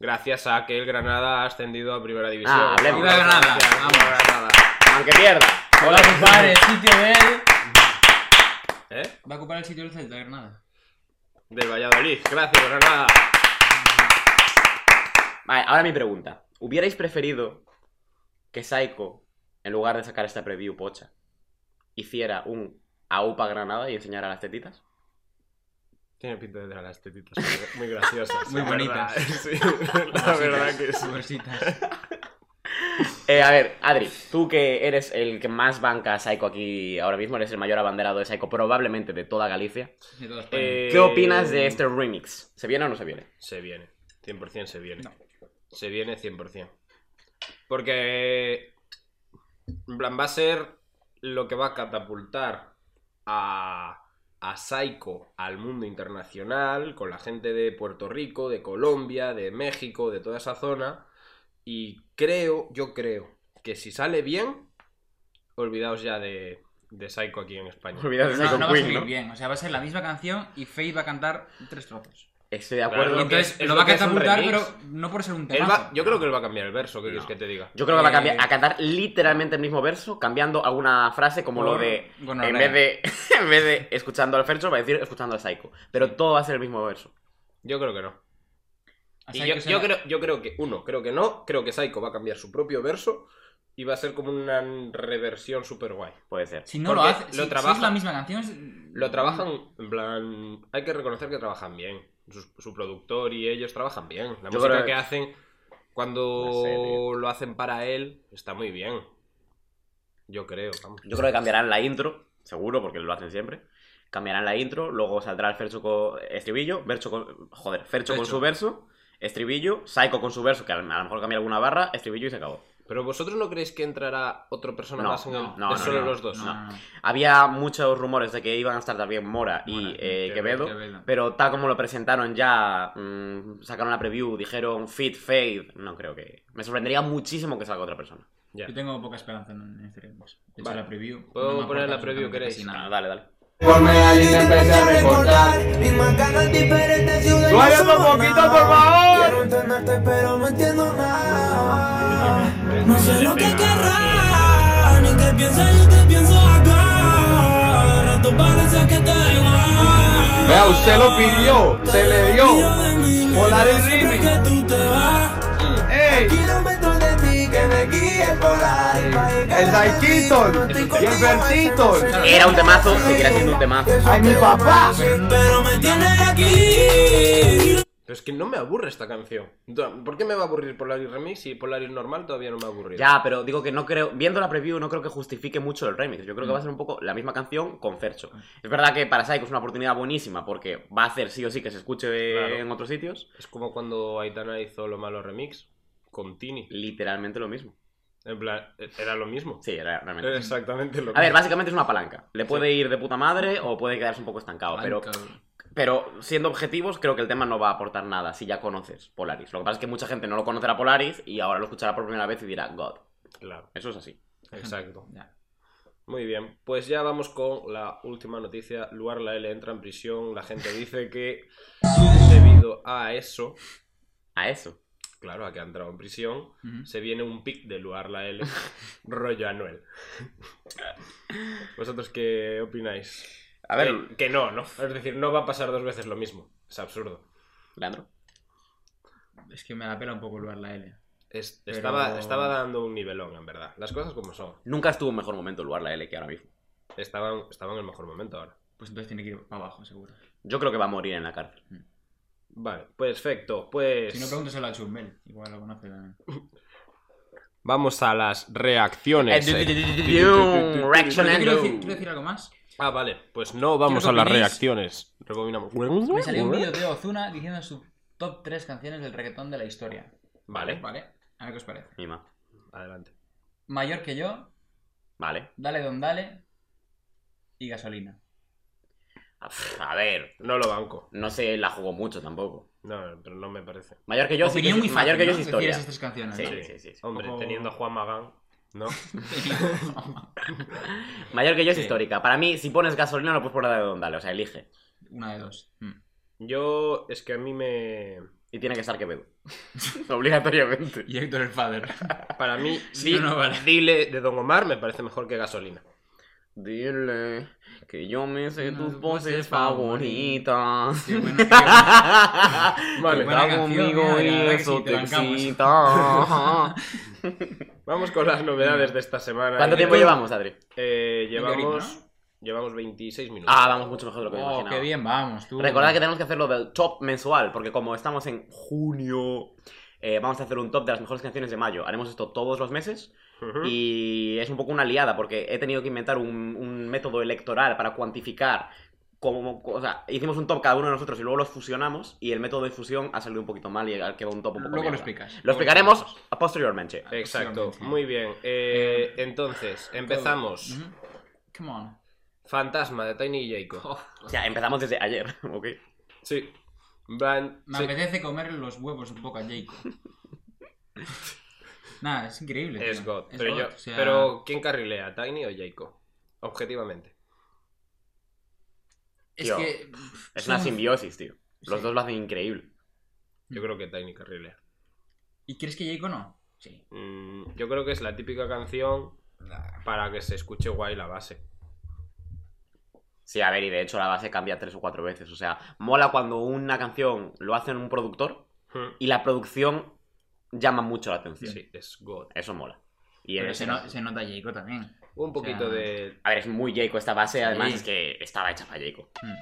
E: gracias a que el Granada ha ascendido a Primera División.
G: Ah, hablemos.
E: Un aplauso
F: Viva Granada,
E: hacia-
F: vamos.
E: viva Granada.
G: Aunque pierda.
F: Va a ocupar el sitio de él.
E: ¿Eh?
F: Va a ocupar el sitio del Celta Granada.
E: Del Valladolid. Gracias, Granada.
G: Vale, ahora mi pregunta. ¿Hubierais preferido que Saiko, en lugar de sacar esta preview pocha, hiciera un AUPA Granada y enseñara las tetitas?
E: Tiene pinta de tener las tetitas muy- muy graciosas.
F: Muy
E: la verdad.
F: bonitas.
E: Sí, la verdad que sí.
F: Cositas.
G: Eh, a ver, Adri, tú que eres el que más banca a Saiko aquí ahora mismo, eres el mayor abanderado de Saiko probablemente de toda Galicia.
F: De toda España.
E: Eh,
G: ¿Qué opinas de este remix? ¿Se viene o no se viene?
E: Se viene. 100% se viene. Se viene 100%. Porque. En plan, va a ser lo que va a catapultar a. A Psycho al mundo internacional, con la gente de Puerto Rico, de Colombia, de México, de toda esa zona. Y creo, yo creo, que si sale bien, olvidaos ya de, de Psycho aquí en España.
G: Olvidad de
F: Pero no,
G: Psycho
F: no va a
G: Queen,
F: salir
G: ¿no?
F: bien. O sea, va a ser la misma canción y Faith va a cantar tres trozos.
G: Estoy de
E: Claro,
G: acuerdo.
E: lo que
F: Entonces,
E: es- es
F: lo
E: lo
F: va a
E: que es un
F: catapultar, pero
E: remix.
F: no por ser un
E: Él
F: tema.
E: va- yo creo que él va a cambiar el verso, ¿qué quieres que te diga?
G: Yo creo que va a, cambiar,
F: Eh,
G: a cantar literalmente el mismo verso, cambiando alguna frase como lo
F: Por
G: de...
F: gonorrea.
G: En vez de, en vez de escuchando al Fercho, va a decir escuchando al Psycho. Pero todo va a ser el mismo verso.
E: Yo creo que no.
F: O
E: Y
F: sea,
E: yo,
F: que se-
E: yo creo, yo creo que, uno, creo que no, creo que Psycho va a cambiar su propio verso y va a ser como una reversión super guay.
G: Puede ser.
F: Si no lo
E: porque
F: hace, si-
E: lo
F: si, es
E: trabaja.
F: la misma canción. es-
G: Mm.
E: Lo trabajan, en plan, hay que reconocer que trabajan bien. Su, su productor y ellos trabajan bien. La
G: Yo
E: música
G: creo-
E: que hacen cuando
G: No sé, tío.
E: lo hacen para él está muy bien. Yo creo. vamos.
G: Yo creo que cambiarán la intro, seguro, porque lo hacen siempre. Cambiarán la intro, luego saldrá el Fercho con estribillo, Fercho con, joder, Fercho con
E: Fercho.
G: su verso, estribillo, Psycho con su verso, que a lo a lo mejor cambia alguna barra, estribillo y se acabó.
E: Pero vosotros no creéis que entrará otra persona
G: No,
E: más en el.
G: no, no,
E: de solo
G: no,
E: los dos.
F: No, no, no.
G: Había muchos rumores de que iban a estar también Mora y
F: Mora,
G: eh,
F: Quevedo,
G: Quevedo,
F: Quevedo.
G: pero tal como lo presentaron ya, mm, sacaron la preview, dijeron Fit, Fade, no creo que... Me sorprendería muchísimo que salga otra persona.
E: Ya.
F: Yo tengo poca esperanza en en este remix. De hecho,
E: Vale.
F: la preview.
E: ¿Puedo
F: me
E: poner
F: aporta
E: la preview,
F: absolutamente
E: queréis?
F: casi
G: Ah,
F: nada.
G: dale, dale.
D: Por Medellín empecé a recordar Mismas ganas, diferentes ciudades
I: ¡Suéltate un poquito, por favor!
D: Quiero entenderte, pero no entiendo nada No sé lo que querrás Ni qué piensas, yo te pienso acá Rato parece que te da igual
I: Vea, usted lo pidió, se le dio.
D: Olvido de mí,
I: Volar el
D: siempre
I: ritmo.
D: que tú te vas
I: ¡Ey!
D: Kilómetros de ti que me guíes por ahí
I: El Daikiton y el Bertiton.
G: Era un temazo, seguirá siendo un temazo.
I: ¡Ay, mi papá!
D: Pero me tienes aquí
E: Pero es que no me aburre esta canción. ¿Por qué me va a aburrir Polaris Remix y Polaris normal todavía no me ha aburrido?
G: Ya, pero digo que no creo, viendo la preview, no creo que justifique mucho el remix. Yo creo que va a ser un poco la misma canción con Fercho. Es verdad que para Psycho es una oportunidad buenísima porque va a hacer sí o sí que se escuche
E: Claro.
G: en otros sitios.
E: Es como cuando Aitana hizo lo malo remix con Tini.
G: Literalmente lo mismo.
E: En plan, era lo mismo.
G: Sí, era-
E: Era
G: realmente.
E: exactamente lo mismo.
G: A ver, básicamente es una palanca. Le puede ir de puta madre o puede quedarse un poco estancado. Pero,
F: Banco.
G: pero siendo objetivos, creo que el tema no va a aportar nada si ya conoces Polaris. Lo que pasa es que mucha gente no lo conocerá Polaris y ahora lo escuchará por primera vez y dirá, God.
E: Claro,
G: Eso es así.
E: exacto.
F: Ya.
E: Muy bien, pues ya vamos con la última noticia. Luar la L entra en prisión. La gente dice que debido a eso,
G: A eso.
E: claro, a que ha entrado en prisión,
F: Ujú.
E: se viene un pic de Luar la L, rollo Anuel. ¿Vosotros qué opináis?
G: A ver,
E: que, que no, ¿no? Es decir, no va a pasar dos veces lo mismo. Es absurdo.
G: Leandro.
F: Es que me la pela un poco lugar la L.
E: Es-
F: Pero-
E: estaba, estaba dando un nivelón, en verdad. Las cosas como son.
G: Nunca estuvo en mejor momento el lugar la L que ahora mismo.
E: Estaban, estaban en el mejor momento ahora.
F: Pues entonces tiene que ir para abajo, seguro.
G: Yo creo que va a morir en la cárcel.
E: Vale, perfecto. Pues.
F: Si no, pregúntaselo a Chumbel. Igual lo conoce también.
E: Vamos a las
G: Eh,
E: reacciones.
G: Reaction
F: Pero yo
G: and
F: quiero, decir,
G: go.
F: quiero decir algo más.
E: Ah, vale. Pues no, vamos
F: Quiero
E: a las
F: que opinéis.
E: reacciones. Rebobinamos.
F: Me salió un vídeo de Ozuna diciendo su top 3 canciones del reggaetón de la historia.
E: Vale,
F: Vale, a ver qué os parece.
G: Mima.
E: adelante.
F: Mayor que yo,
G: Vale.
F: Dale Don Dale y Gasolina.
G: A- pff, A ver,
E: No lo banco.
G: no se la jugó mucho tampoco.
E: No, pero no me parece.
G: Mayor que yo, sí que
F: Opinión
G: es-
F: muy fácil,
G: mayor que yo
F: ¿no?
G: es
F: Decir
G: historia.
F: esas tres canciones.
G: Sí.
F: ¿no?
E: Hombre,
F: Ojo.
E: teniendo a Juan Magán, ¿no?
G: Mayor que yo es
E: Sí.
G: histórica. Para mí, si pones gasolina, lo puedes poner de donde dale. O sea, elige.
F: Una de dos. Mm.
E: Yo es que a mí me...
G: Y tiene que estar Quevedo. Obligatoriamente.
F: Y Héctor el Father.
E: Para mí,
F: Sí,
E: Di-
F: no, no, vale.
E: Dile de Don Omar me parece mejor que Gasolina.
G: Dile que yo me sé
F: Una
G: tus
F: de tus
G: voces
F: voces
G: favoritas.
F: Qué buena- qué buena-
G: Vale,
F: buena
G: está
F: canción,
G: conmigo
F: mira,
G: y
F: la verdad que
G: eso
F: sí, te
G: te
F: bancamos.
G: excita.
E: Vamos con las novedades de esta semana.
G: ¿Cuánto tiempo
E: Eh,
G: llevamos, Adri?
E: Eh,
F: Meteorito,
E: llevamos, llevamos 26 minutos.
G: Ah, vamos mucho mejor de lo que me
F: Oh,
G: imaginaba.
F: qué bien, vamos, tú.
G: Recordad que tenemos que hacerlo del top mensual, porque como estamos en junio, eh, vamos a hacer un top de las mejores canciones de mayo. Haremos esto todos los meses
E: Ujú.
G: y es un poco una liada, porque he tenido que inventar un, un método electoral para cuantificar. Como, o sea, hicimos un top cada uno de nosotros y luego los fusionamos y el método de fusión ha salido un poquito mal y ha quedado un top un poco
F: Luego lo
G: mierda.
F: explicas.
G: Lo explicaremos posteriormente.
E: Exacto,
F: aproximadamente.
E: muy bien. Eh, entonces, empezamos.
F: Ujú. Mm-hmm. Come on.
E: Fantasma de Tiny y Jacob.
F: pues
G: O sea, empezamos desde ayer, ¿ok?
E: Sí. Van-
F: Me
E: sí.
F: apetece comer los huevos un poco a Jacob. Nada, es increíble. tío.
E: Es God.
F: Es
E: pero,
F: God,
E: yo-
F: o sea,
E: pero ¿quién carrilea, Tiny o Jacob? Objetivamente.
F: Es
G: Tío,
F: que. pff,
G: Es
F: son
G: una
F: muy-
G: simbiosis, tío. Los
F: Sí.
G: dos lo hacen increíble.
E: Yo
F: Mm.
E: creo que Tiny carrilea.
F: ¿Y crees que Jacob no? Sí.
E: Mm, yo creo que es la típica canción para que se escuche guay la base.
G: Sí, a ver, y de hecho la base cambia tres o cuatro veces. O sea, mola cuando una canción lo hace un productor
E: Hmm.
G: y la producción llama mucho la atención.
E: Sí, es God.
G: Eso mola. Y en
F: Pero
G: ese
F: se, no-
G: caso-
F: se nota Jacob también.
E: Un poquito
F: O sea,
E: de.
G: A ver, es muy Jaco esta base, además
F: Sí.
G: es que estaba hecha para Jaco.
F: Mm.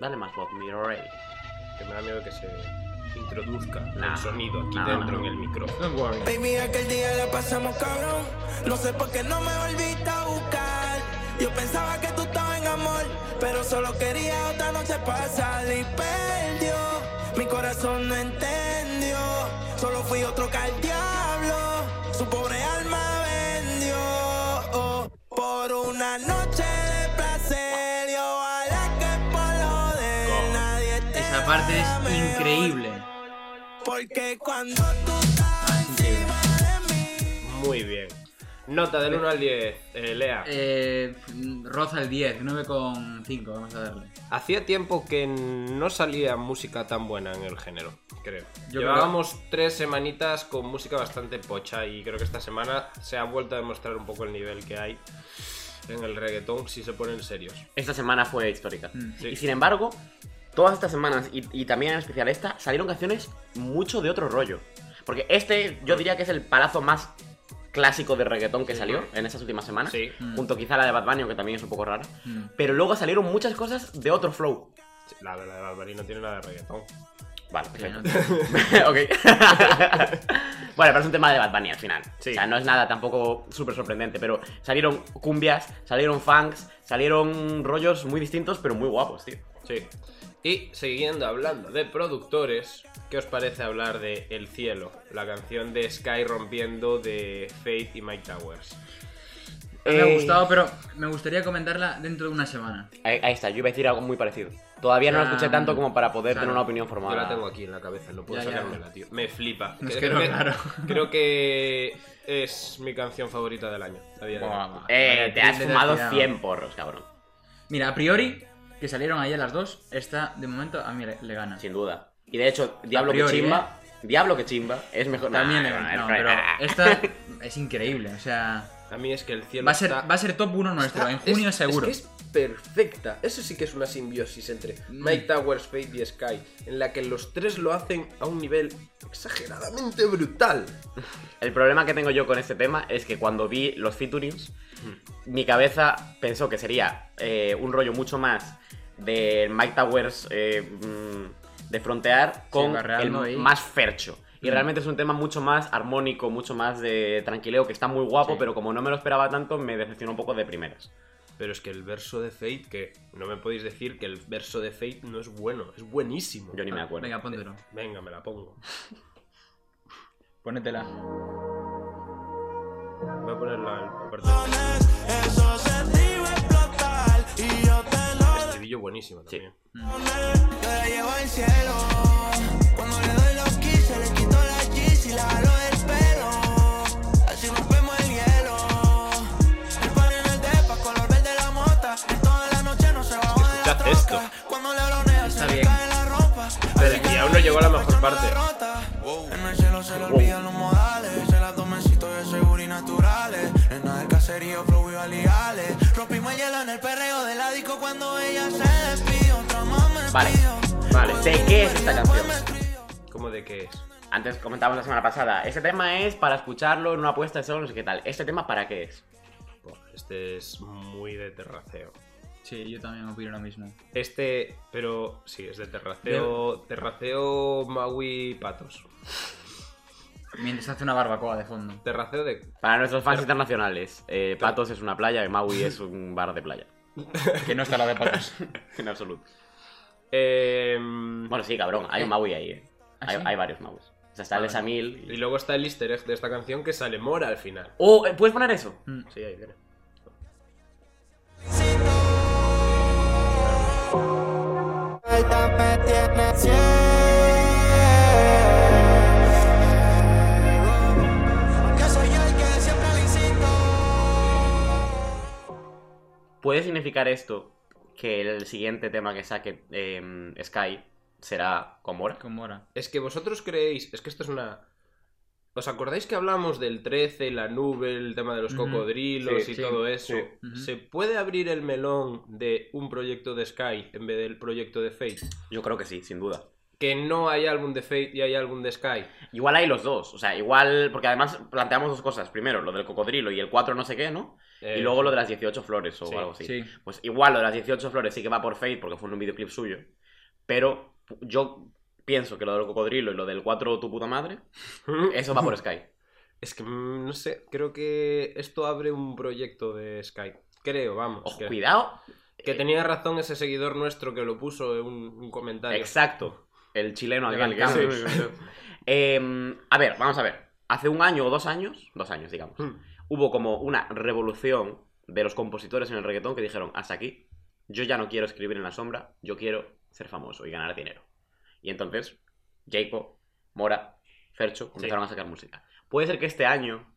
G: Dale más voz, mira, Ray.
E: que me da miedo que se introduzca
G: Nah.
E: el sonido aquí
G: Nah,
E: dentro
G: nah.
E: en el micrófono.
F: Don't worry.
D: Baby, aquel día la pasamos cabrón. No sé por qué no me volviste a buscar. Yo pensaba que tú estabas en amor, pero solo quería otra noche pasar y perdió. Mi corazón no entendió. Solo fui otro que al diablo. Su pobre alma vendió. Oh, por una noche de placer. Yo ojalá que por lo de nadie te
F: Esa parte
D: vaya
F: es
D: mejor.
F: increíble.
D: Porque cuando tú estabas
F: Es increíble.
E: Muy bien. Nota del 1 al 10, eh, Lea.
F: Eh, roza el 10, 9,5 vamos a darle.
E: Hacía tiempo que no salía música tan buena en el género, creo.
F: Yo
E: Llevábamos tres semanitas con música bastante pocha y creo que esta semana se ha vuelto a demostrar un poco el nivel que hay en el reggaetón si se ponen serios.
G: Esta semana fue histórica.
F: Mm.
E: Sí.
G: Y sin embargo, todas estas semanas, y, y también en especial esta, salieron canciones mucho de otro rollo. Porque este yo diría que es el palazo más clásico de reggaetón que salió en estas últimas semanas.
E: Sí.
F: Mm.
G: Junto quizá a la de Bad Bunny, aunque también es un poco rara.
F: Mm.
G: Pero luego salieron muchas cosas de otro flow.
E: Sí, La verdad, Bad Bunny no tiene nada de reggaetón.
G: Vale,
F: Que no
G: perfecto.
F: te-
G: ok. bueno, pero es un tema de Bad Bunny al final.
E: Sí.
G: O sea, no es nada tampoco súper sorprendente, pero salieron cumbias, salieron funks, salieron rollos muy distintos, pero muy guapos, tío.
E: Sí. Y siguiendo hablando de productores, ¿qué os parece hablar de El Cielo? La canción de Sky rompiendo de Faith y Mike Towers.
F: Me ha
G: Eh,
F: gustado, pero me gustaría comentarla dentro de una semana.
G: Ahí, ahí está, yo iba a decir algo muy parecido. Todavía no lo
F: Ah,
G: escuché tanto como para poder
F: claro.
G: tener una opinión formada.
E: Yo la tengo aquí en la cabeza, no puedo
F: Ya, ya.
E: sacármela, tío. Me flipa.
F: Es
E: Creo
F: que no,
E: que-
F: claro.
E: Creo que es mi canción favorita del año. a día de hoy.
F: Buah, va.
G: Eh,
F: Vaya,
G: te has
F: triple
G: fumado
F: desgraciado.
G: 100 porros, cabrón.
F: Mira, a priori, que salieron ayer las dos, esta de momento a mí le, le gana.
G: Sin duda. Y de hecho, Diablo
F: priori,
G: que chimba. Diablo que chimba es mejor.
F: También
G: Nah,
F: le gana.
G: no,
F: No,
G: no,
F: pero
G: no.
F: esta es increíble, o sea.
E: A mí es que el cielo
F: Va a ser,
E: está-
F: va a ser top 1 nuestro,
E: está-
F: en junio
E: es-
F: seguro.
E: Es que es perfecta. Eso sí que es una simbiosis entre
F: Mm.
E: Mike Towers, Faith y Sky, en la que los tres lo hacen a un nivel exageradamente brutal.
G: El problema que tengo yo con este tema es que cuando vi los featurings, mi cabeza pensó que sería eh, un rollo mucho más de Mike Towers eh, mm, de frontear con
F: barreando
G: el
F: ahí. Mm.
G: más fercho. Y realmente es un tema mucho más armónico, mucho más de tranquileo, que está muy guapo,
F: Sí.
G: pero como no me lo esperaba tanto, me decepcionó un poco de primeras.
E: Pero es que el verso de Fate, que no me podéis decir que el verso de Fate no es bueno, es buenísimo.
G: Yo ni me acuerdo.
F: Venga, póntelo.
E: Venga, me la pongo.
F: Pónetela.
E: Voy a ponerla en la parte. Eso Estribillo buenísimo también. Escuchad esto.
F: Está bien.
E: Pero y aún no llegó a la mejor parte.
G: Vale, vale. ¿De qué es esta canción?
E: ¿Cómo de qué es?
G: Antes comentábamos la semana pasada, este tema es para escucharlo en una puesta de sol, no sé qué tal. ¿Este tema para qué es?
E: Buah, Este es muy de terraceo.
F: Sí, yo también opino lo mismo.
E: Este, pero sí, es de terraceo. Terraceo Maui Patos.
F: Mientras hace una barbacoa de fondo.
E: Terraceo de.
G: Para nuestros fans internacionales, eh, Patos es una playa y Maui es un bar de playa.
F: Que no está la de patos.
G: En absoluto.
E: Em,
G: Bueno, sí, cabrón, hay un Maui ahí, eh.
F: ¿Ah,
G: Hay,
F: sí?
G: hay varios Mauis. O sea, está el de Samil.
E: y
G: y-
E: luego está el easter egg de esta canción que sale Mora al final.
G: Oh, eh, ¿puedes poner eso?
F: Mm.
E: Sí, ahí viene.
G: ¿Puede significar esto que el siguiente tema que saque em, Sky será con Mora?
F: Con mora.
E: Es que vosotros creéis, es que esto es una... ¿Os acordáis que hablamos del 13, la nube, el tema de los
F: Ujú.
E: cocodrilos
F: Sí,
E: y
F: sí,
E: todo eso?
H: sí.
F: Ujú.
E: ¿Se puede abrir el melón de un proyecto de Sky en vez del proyecto de Fate?
G: Yo creo que sí, sin duda.
E: Que no hay álbum de Fate y hay álbum de Sky.
G: Igual hay los dos, o sea, igual, porque además planteamos dos cosas. Primero, lo del cocodrilo y el 4 no sé qué, ¿no?
E: Eh,
G: Y luego lo de las 18 flores o
E: sí,
G: algo así.
F: Sí.
G: Pues igual lo de las 18 flores sí que va por Fate porque fue en un videoclip suyo. Pero yo pienso que lo del cocodrilo y lo del 4 tu puta madre, eso va por Sky.
E: Es que, mm, no sé, creo que esto abre un proyecto de Sky. Creo, vamos.
G: Ojo,
E: que,
G: cuidado. eh.
E: que tenía razón ese seguidor nuestro que lo puso en un, un comentario.
G: Exacto. El chileno aquel que-
E: Levantamos.
G: Em, a ver, vamos a ver. Hace un año o dos años, dos años digamos,
E: Hmm.
G: hubo como una revolución de los compositores en el reggaetón que dijeron, hasta aquí, yo ya no quiero escribir en la sombra, yo quiero ser famoso y ganar dinero. Y entonces, Jacob, Mora, Fercho comenzaron a sacar música. Puede ser que este año,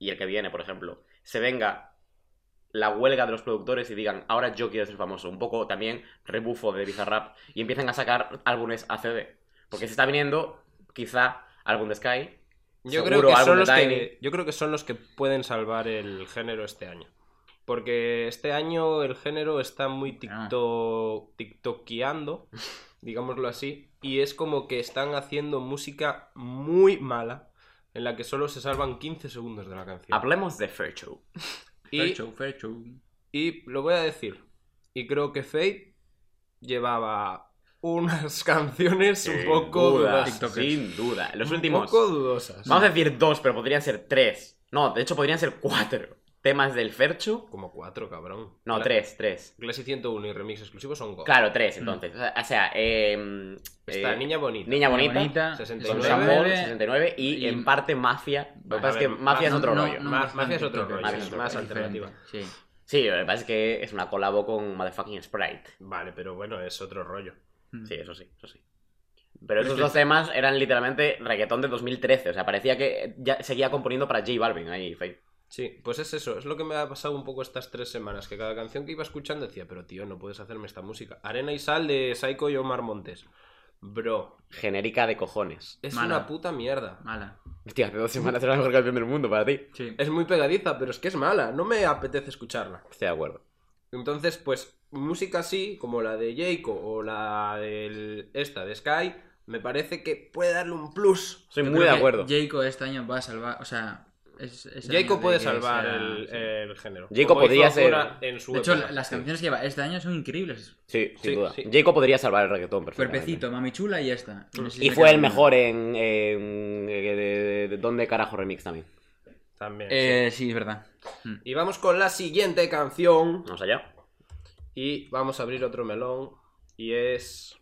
G: y el que viene, por ejemplo, se venga la huelga de los productores y digan, ahora yo quiero ser famoso. Un poco también rebufo de Bizarrap y empiezan a sacar álbumes ACD. Porque se está viniendo, quizá, álbum de Sky.
E: Yo
G: seguro
E: creo, que
G: álbum
E: son
G: de
E: los
G: Tiny.
E: que, yo creo que son los que pueden salvar el género este año. Porque este año el género está muy
F: Ah.
E: tiktok, tiktokeando, digámoslo así, y es como que están haciendo música muy mala, en la que solo se salvan 15 segundos de la canción.
G: Hablemos de Fercho.
E: Y,
F: Fercho, Fercho.
E: y lo voy a decir, y creo que Fate llevaba unas canciones un poco dudosas.
G: Sin duda. Los
E: Un
G: últimos.
E: poco dudosas.
G: Vamos a decir dos, pero podrían ser tres. No, de hecho podrían ser cuatro. Temas del Fercho.
E: Como cuatro, cabrón.
G: No,
E: La-
G: tres, tres.
E: Classy 101 y remix exclusivo son go.
G: Claro, tres, entonces. O sea, O sea, eh,
E: Mm. Está
G: eh,
E: Niña Bonita.
G: Niña Bonita,
E: 69.
G: Con
E: 69,
G: Samor, 69 y,
F: y-
G: en parte Mafia. Lo que
E: A
G: pasa es
E: ver,
G: que Mafia es
E: no,
G: otro
F: no,
G: rollo.
F: no,
E: Ma-
F: bastante,
E: Mafia es otro
F: creo que
E: rollo,
F: es
G: es
F: otro
E: más
F: rollo.
E: alternativa.
F: Diferente, Sí.
G: Sí, lo que pasa es que es una colabo con Motherfucking Sprite.
E: Vale, pero bueno, es otro rollo.
G: Sí, eso sí, eso sí. Pero esos dos temas eran literalmente reggaetón de 2013. O sea, parecía que ya seguía componiendo para J Balvin ahí, Faith.
E: Sí, pues es eso, es lo que me ha pasado un poco estas tres semanas, que cada canción que iba escuchando decía, pero tío, no puedes hacerme esta música. Arena y Sal de Psycho y Omar Montes. Bro,
G: Genérica de cojones.
E: es
F: Mala.
E: una puta mierda.
F: Mala.
G: Hostia, hace dos semanas era la mejor canción del mundo para ti.
F: Sí.
E: Es muy pegadiza, pero es que es mala, no me apetece escucharla.
G: Estoy de acuerdo.
E: Entonces, pues, música así, como la de Jayco o la del esta de Sky, me parece que puede darle un plus.
G: Estoy
F: Yo
G: muy
F: creo
G: de
F: que
G: acuerdo.
F: Jayco este año va a salvar. O sea, es- es el año
E: Jacob
F: de
E: puede
F: que
E: salvar
F: será-
E: el,
G: eh,
F: sí.
E: el género.
G: Jacob
E: Como hizo
G: podría ser-
E: Ozuna en su
F: De hecho,
E: época.
F: las canciones que lleva este año son increíbles.
G: Sí, sin
E: Sí,
G: duda.
E: sí.
G: Jacob podría salvar el reggaetón perfectamente.
F: Cuerpecito, mami chula y esta. No sé si
G: Y
F: se
G: fue
F: queda
G: el
F: alguna.
G: mejor en... en- eh, de- de- de- ¿Dónde carajo remix también?
E: También.
F: Eh, sí, es verdad.
E: sí. Y vamos con la siguiente canción.
G: Vamos allá.
E: Y vamos a abrir otro melón. Y es.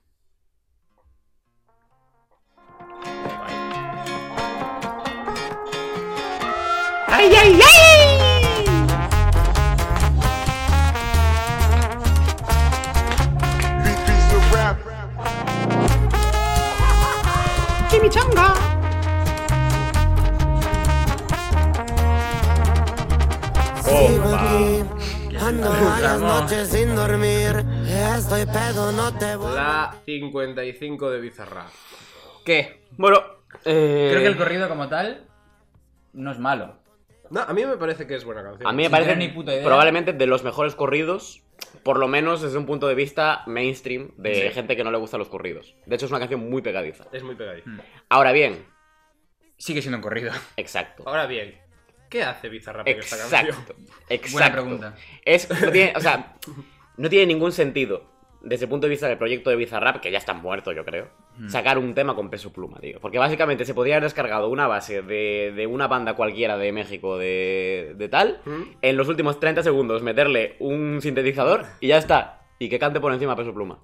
D: Sigo aquí, Ando varias noches sin dormir. Estoy pedo, no te voy.
E: La 55 de Bizarrap.
G: ¿Qué? Bueno... eh,
F: Creo que el corrido como tal no es malo.
E: No, a mí me parece que es buena canción.
G: A mí me
F: Sin
G: parece
F: tener ni puta idea.
G: probablemente de los mejores corridos, por lo menos desde un punto de vista mainstream de gente que no le gusta los corridos. De hecho, es una canción muy pegadiza.
E: Es muy pegadiza.
G: Ahora bien,
F: Sigue siendo un corrido.
G: exacto.
E: Ahora bien, ¿qué hace Bizarrap en esta canción?
G: Exacto. Exacto.
F: Buena pregunta.
G: Es, no tiene, o sea, no tiene ningún sentido, desde el punto de vista del proyecto de Bizarrap, que ya está muerto, yo creo,
E: Mm.
G: sacar un tema con peso pluma, tío. Porque básicamente se podría haber descargado una base de, de una banda cualquiera de México de, de tal,
E: ¿Mm?
G: en los últimos 30 segundos meterle un sintetizador y ya está. Y que cante por encima peso pluma.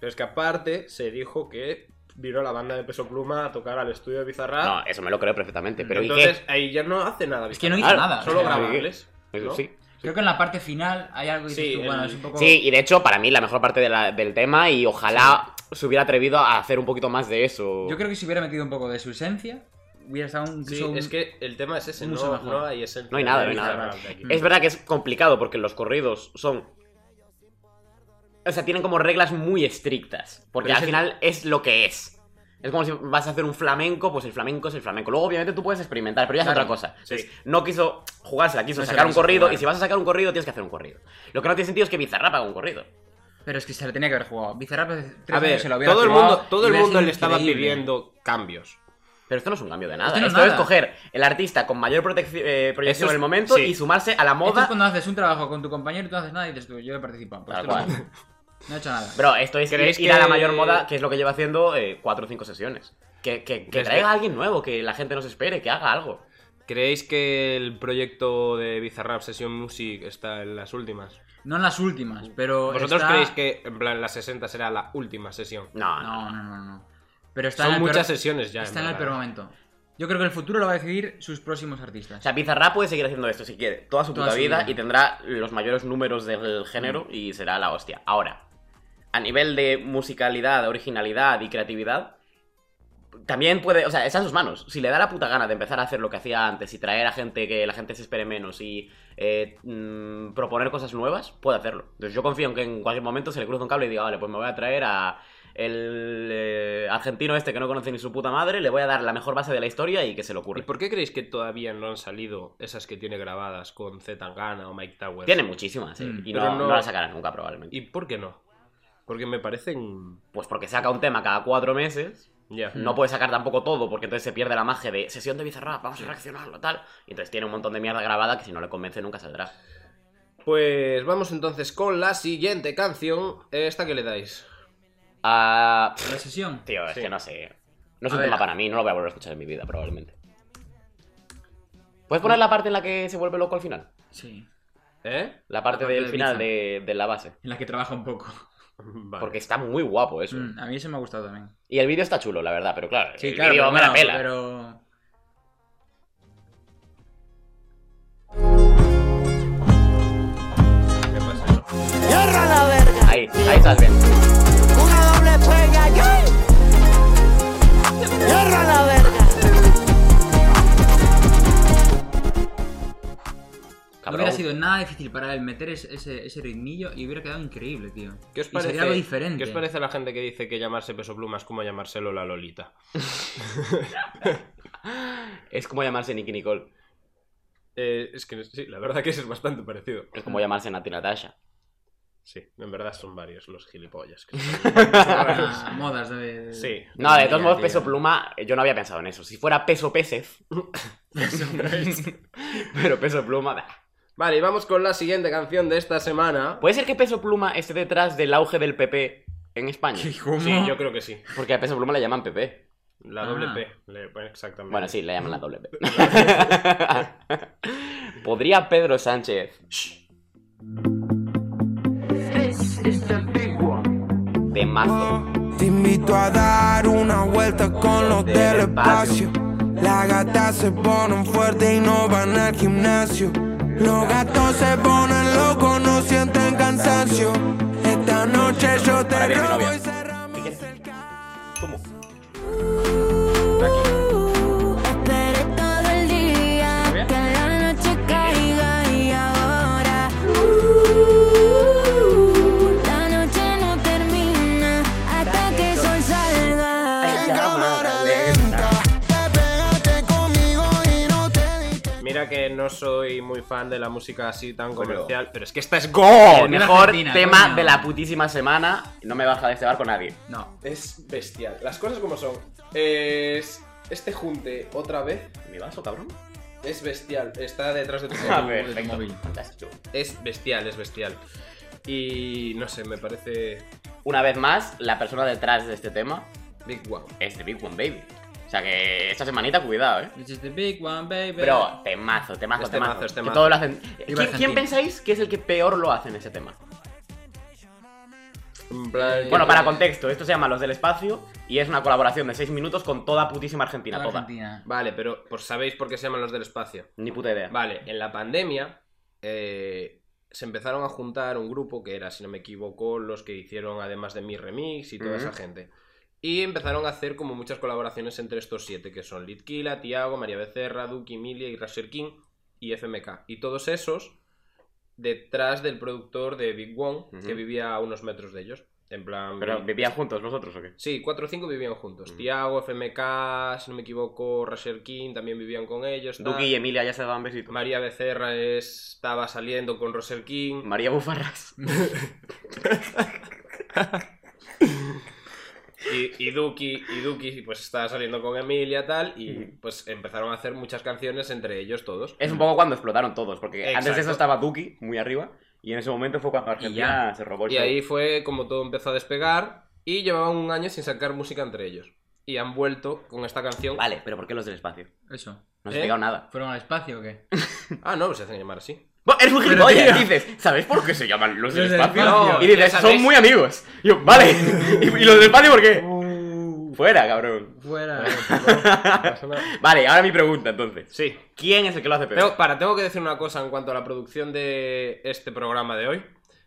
E: Pero es que aparte se dijo que vino la banda de Peso Pluma a tocar al estudio de Bizarrap.
G: No, eso me lo creo perfectamente, pero ¿y qué?
E: Ah. Entonces ahí ya no hace nada.
F: Es que no
E: Bizarrap.
F: hizo
G: Claro,
F: nada.
E: Solo
F: o sea,
G: graba.
E: grabables.
G: Eso
E: ¿no?
G: sí.
F: Creo que en la parte final hay algo que dices
E: Sí,
F: tú, bueno,
E: el-
F: es un poco...
G: Sí, y de hecho, para mí la mejor parte de la- del tema y ojalá se hubiera atrevido a hacer un poquito más de eso.
F: Yo creo que si hubiera metido un poco de su esencia, hubiera estado un...
E: Sí,
F: incluso un-
E: es que el tema es ese,
F: mucho
E: no,
F: mejor.
E: no hay esencia
G: No hay nada,
E: de
G: no hay nada. Eh,
E: Bizarrap de aquí.
G: Es verdad que es complicado porque los corridos son. O sea, tienen como reglas muy estrictas. Porque al
E: Pero es el-
G: final es lo que es. Es como si vas a hacer un flamenco, pues el flamenco es el flamenco. Luego, obviamente, tú puedes experimentar, pero ya es
F: Claro,
G: otra cosa.
E: sí.
G: Entonces, No quiso jugársela, quiso
F: No se la
G: sacar un
F: quiso
G: corrido.
F: jugar.
G: Y si vas a sacar un corrido, tienes que hacer un corrido. Lo que no tiene sentido es que Bizarrap haga un corrido.
F: Pero es que se le tenía que haber jugado. Bizarrap hace tres
E: A
F: años
E: ver,
F: se lo hubiera
E: todo el
F: jugado
E: mundo, todo
F: y
E: el
F: hubiera
E: mundo
F: sido
E: le estaba
F: increíble.
E: pidiendo cambios.
G: Pero esto no es un cambio de nada.
F: Esto
G: Esto,
F: no es nada.
G: es coger el artista con mayor protec- eh, proyección
E: es-
G: en el momento
E: sí.
G: y sumarse a la
F: Esto
G: moda.
F: es cuando haces un trabajo con tu compañero y tú no haces nada y dices tú, yo he participado. Pues
G: Tal
F: esto lo
G: cual.
F: hago. No he hecho nada.
G: Bro, esto es ir,
E: ¿Creéis
G: ir a la
E: que-
G: mayor moda, que es lo que lleva haciendo eh, cuatro o cinco sesiones. Que, que- que
E: ¿Crees
G: traiga
E: que-
G: a alguien nuevo, que la gente nos espere, que haga algo.
E: ¿Creéis que el proyecto de Bizarrap Session Music está en las últimas?
F: No en las últimas, pero.
E: ¿Vosotros
F: está-
E: creéis que en plan la 60 será la última sesión?
G: No, no.
F: No, no, no, no. Pero está en
E: Son
F: el
E: muchas
F: peor...
E: sesiones ya.
F: Está en el
E: verdad.
F: peor momento. Yo creo que el futuro lo va a decidir sus próximos artistas.
G: O sea, Bizarrap puede seguir haciendo esto si quiere, toda su
F: Toda
G: puta
F: su
G: vida,
F: vida. Mm.
G: y tendrá los mayores números del género y será la hostia. Ahora, a nivel de musicalidad, originalidad y creatividad, también puede, o sea, está en sus manos. Si le da la puta gana de empezar a hacer lo que hacía antes y traer a gente que la gente se espere menos y eh, mm, proponer cosas nuevas, puede hacerlo. Entonces yo confío en que en cualquier momento se le cruza un cable y diga, vale, pues me voy a traer a el eh, argentino este que no conoce ni su puta madre, le voy a dar la mejor base de la historia y que se le
E: ¿Y
G: ocurra.
E: por qué creéis que todavía no han salido esas que tiene grabadas con Z Tangana o Mike Towers?
G: Tiene muchísimas, eh,
F: Mm.
G: y
E: Pero
G: no,
E: no-
G: no la sacará nunca probablemente.
E: ¿Y por qué no? Porque me parecen.
G: Pues porque saca un tema cada cuatro meses,
F: Mm.
E: Ya.
G: no puede sacar tampoco todo, porque entonces se pierde la magia de sesión de Bizarrap, vamos a reaccionarlo, tal. Y entonces tiene un montón de mierda grabada que si no le convence nunca saldrá.
E: Pues vamos entonces con la siguiente canción. Esta que le dais.
G: Ah, pff,
F: La sesión.
G: tío, es
E: Sí.
G: que no sé. No es
F: A
G: un
F: ver.
G: tema para mí, no lo voy a volver a escuchar en mi vida, probablemente. ¿Puedes poner la parte en la que se vuelve loco al final?
F: Sí.
E: ¿Eh?
G: La parte
F: La parte
G: del
F: de
G: final
F: Bizarrap.
G: de, de la base.
F: En la que trabaja un poco.
E: Vale.
G: Porque está muy guapo eso.
F: Mm, a mí eso me ha gustado también.
G: Y el vídeo está chulo, la verdad, pero claro,
F: Sí,
G: el
F: claro.
G: vídeo
F: pero
G: me la
F: bueno,
G: pela.
F: pero-
D: Cierra la verga.
G: Ahí, ahí estás bien.
D: Una doble pega. ¡ay! Cierra la verga.
F: No
G: Cabrón.
F: hubiera sido nada difícil para él meter es- ese, ese ritmillo y hubiera quedado increíble, tío.
E: ¿Qué os
F: Y sería
E: parece?
F: algo diferente.
E: ¿Qué os parece la gente que dice que llamarse peso pluma es como llamárselo la Lolita?
G: Es como llamarse Nicky Nicole.
E: Eh, es que sí, la verdad que es bastante parecido.
G: Es como llamarse Nati Natasha.
E: Sí, en verdad son varios los gilipollas. que-
F: Ah, modas de... de-
E: Sí.
G: No, de todos
F: Mira,
G: modos,
F: tío.
G: peso pluma, eh, yo no había pensado en eso. Si fuera peso peces, pero peso pluma. bah.
E: Vale, y vamos con la siguiente canción de esta semana.
G: ¿Puede ser que peso pluma esté detrás del auge del PP en España?
F: ¿Cómo?
E: Sí, yo creo que sí.
G: Porque a peso pluma le llaman PP.
E: La
F: Ah.
E: doble P. le- bueno, exactamente.
G: Bueno, sí, le llaman la doble P. ¿Podría Pedro Sánchez de mazo?
D: Te invito a dar una vuelta con los del espacio. Las gatas se ponen fuertes y no van al gimnasio. Los gatos se ponen locos, no sienten cansancio. Esta noche yo te
G: bien, mi
D: robo
G: novia.
D: y cerramos el
J: Esperé todo el día que la noche caiga y ahora uh, la noche no termina hasta que el sol salga.
D: cámara lenta. Te pegaste conmigo y no te diste
E: Mira que no soy muy fan de la música así tan
G: Bueno.
E: comercial, pero es que esta es gol.
G: El mejor
F: Argentina,
G: tema
F: coño.
G: de la putísima semana. No me baja de este barco nadie.
F: No.
E: Es bestial. Las cosas como son. Es este junte otra vez
G: ¿Mi vaso, cabrón?
E: es bestial. Está detrás de tu
G: A
E: móvil.
G: ver,
F: perfecto.
G: fantástico.
E: Es bestial, es bestial. Y no sé, me parece
G: Una vez más, la persona detrás de este tema
E: Big Wow.
G: es The Big One Baby. O sea que esta semanita, cuidado, eh.
F: This is the big one, baby.
G: Bro, temazo, temazo,
E: Es
G: temazo.
E: temazo, es
G: Que
E: temazo.
G: todos lo hacen. ¿Qui- ¿Quién,
F: Argentina.
G: pensáis que es el que peor lo hace en ese tema?
E: En plan-
G: Bueno,
F: Eh,
G: para contexto, esto se llama Los del Espacio y es una colaboración de 6 minutos con toda putísima Argentina,
F: Toda
G: toda.
F: Argentina.
E: Vale, pero pues sabéis por qué se llaman los del espacio.
G: Ni puta idea.
E: Vale, en la pandemia eh, se empezaron a juntar un grupo que era, si no me equivoco, los que hicieron además de mi remix y toda
G: Ujú.
E: esa gente. Y empezaron a hacer como muchas colaboraciones entre estos siete, que son Litquila, Tiago, María Becerra, Duki, Emilia y Rasher King y FMK. Y todos esos detrás del productor de Big One,
G: Ujú.
E: que vivía a unos metros de ellos. En plan...
G: Pero vivían juntos vosotros o qué?
E: Sí, 4 o 5 vivían juntos.
G: Ujú.
E: Tiago, FMK, si no me equivoco, Rasher King también vivían con ellos. tal.
G: Duki y Emilia ya se daban besitos.
E: María Becerra es- estaba saliendo con Roser King.
G: María Bufarras.
E: Y, y Duki, y Duki pues estaba saliendo con Emilia tal. Y pues empezaron a hacer muchas canciones entre ellos todos.
G: Es un poco cuando explotaron todos, porque antes de
E: Exacto.
G: eso estaba Duki muy arriba y en ese momento fue cuando Argentina se robó el
E: Y
G: show.
E: ahí fue como todo empezó a despegar. Y llevaban un año sin sacar música entre ellos. Y han vuelto con esta canción.
G: Vale, pero ¿por qué los del espacio?
F: Eso.
G: No se
E: ¿Eh?
G: ha pegado nada.
F: ¿Fueron al espacio o qué?
E: Ah, no, se hacen llamar así.
G: Bueno, eres un
F: Pero,
G: gilipollas,
F: tío.
G: dices, ¿sabéis por qué se llaman los del
F: Los del
G: espacio?
F: espacio.
G: y dices,
E: Ya
G: son
E: sabéis.
G: muy amigos. Y yo, vale. ¿Y, y los del espacio por qué? Fuera, cabrón.
F: Fuera.
G: Vale, ahora mi pregunta entonces.
E: Sí.
G: ¿Quién es el que lo hace peor?
E: Tengo- para, tengo que decir una cosa en cuanto a la producción de este programa de hoy.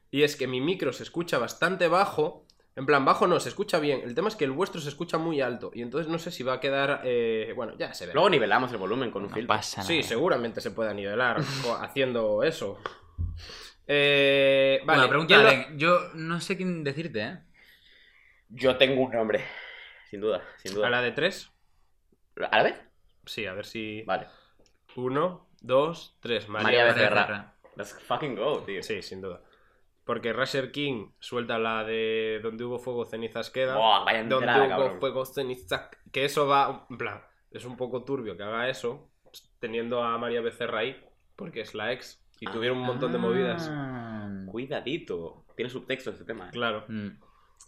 E: Y es que mi micro se escucha bastante bajo. En plan, bajo no, se escucha bien. El tema es que el vuestro se escucha muy alto. Y entonces no sé si va a quedar. eh, bueno, ya se ve.
G: Luego nivelamos el volumen con un filtro.
F: pasa
E: Sí, seguramente se pueda nivelar co- haciendo eso. Eh, vale,
F: Bueno, pregunta,
E: ¿quién lo-
F: Alen, yo no sé quién decirte, ¿eh?
G: Yo tengo un nombre. Sin duda, sin duda.
E: ¿A la de tres?
G: ¿A la vez?
E: Sí, a ver si.
G: Vale.
E: Uno, dos, tres.
G: María
E: Becerra.
G: Becerra. Let's fucking go, tío.
E: Sí, sin duda. Porque Rasher King suelta la de donde hubo fuego, cenizas quedan.
G: Buah, vaya
E: donde
G: entrada,
E: hubo
G: cabrón.
E: fuego, cenizas. Que eso va. En plan, es un poco turbio que haga eso, teniendo a María Becerra ahí, porque es la ex. Y
G: Ah.
E: tuvieron un montón de movidas.
F: Ah.
G: Cuidadito. Tiene subtexto este tema. eh.
E: Claro.
F: Mm.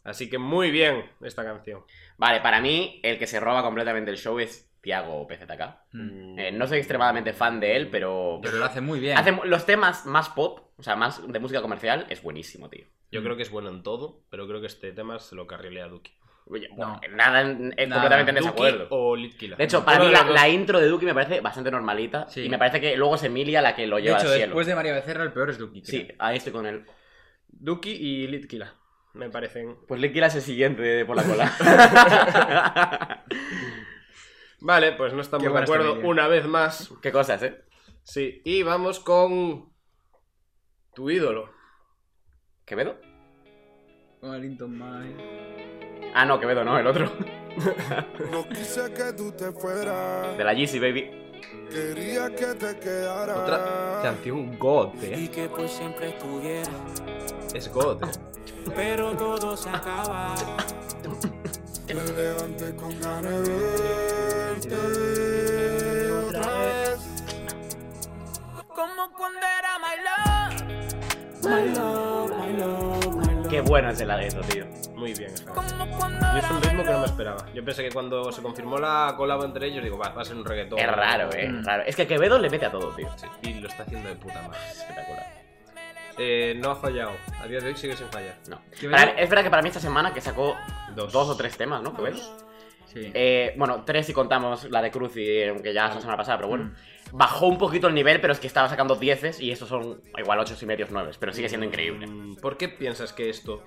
E: Así que muy bien esta canción.
G: Vale, para mí, el que se roba completamente el show es Tiago PZK.
F: Mm.
G: Eh, no soy extremadamente fan de él, pero.
F: Pero lo hace muy bien.
G: Hace mu- los temas más pop, o sea, más de música comercial, es buenísimo, tío.
E: Yo
F: Mm.
E: creo que es bueno en todo, pero creo que este tema se lo carrilea a Duki.
G: Oye,
F: No.
G: bueno, Nada, en- en-
F: Nada.
G: completamente en
E: Duki
G: desacuerdo.
E: o Litkila.
G: De hecho, para
E: Uno
G: mí
E: de
G: la,
E: los
G: la
E: dos.
G: intro de Duki me parece bastante normalita.
F: Sí.
G: Y me parece que luego es Emilia la que lo
F: de
G: lleva
F: hecho,
G: al cielo.
F: después de María Becerra, el peor es Duki. creo.
G: Sí, ahí estoy con él.
E: Duki y Litkila. Me parecen.
G: Pues Liquila es el siguiente de por la cola.
E: Vale, pues no estamos
F: Qué
E: de
F: buena
E: acuerdo
F: familia.
E: una vez más.
G: Qué cosas, ¿eh?
E: Sí, y vamos con tu ídolo.
G: ¿Quevedo?
F: Wellington Mine.
G: Ah, no, Quevedo no, el otro.
D: No quise que tú te fueras.
G: De la Yeezy, baby.
D: Quería que te quedaras.
E: Otra canción God, eh.
K: que por siempre estuviera.
E: Es God. eh.
K: Pero todo se acaba.
D: Me levanté con ganas de verte otra vez.
L: Como cuando era my love.
G: My love, my love, my love. Qué bueno es el eso, tío.
E: Muy bien, esa canción. Y es un ritmo que no me esperaba. Yo pensé que cuando se confirmó la colabo entre ellos, digo, va, va a ser un reggaetón.
G: Es raro, eh.
E: Mm.
G: Raro. Es que Quevedo le mete a todo, tío.
E: Y lo está haciendo de puta madre. Espectacular. Eh, no ha fallado. A día de hoy sigue sin fallar.
G: No. Para- es verdad que para mí esta semana que sacó dos, o tres temas, ¿no? Quevedo.
F: Sí.
G: Eh, bueno, tres si contamos la de Cruz y aunque ya es la semana pasada, pero bueno.
E: Mm.
G: Bajó un poquito el nivel, pero es que estaba sacando dieces y estos son igual ocho y medios nueves, pero sigue siendo increíble.
E: Mm, ¿Por qué piensas que esto?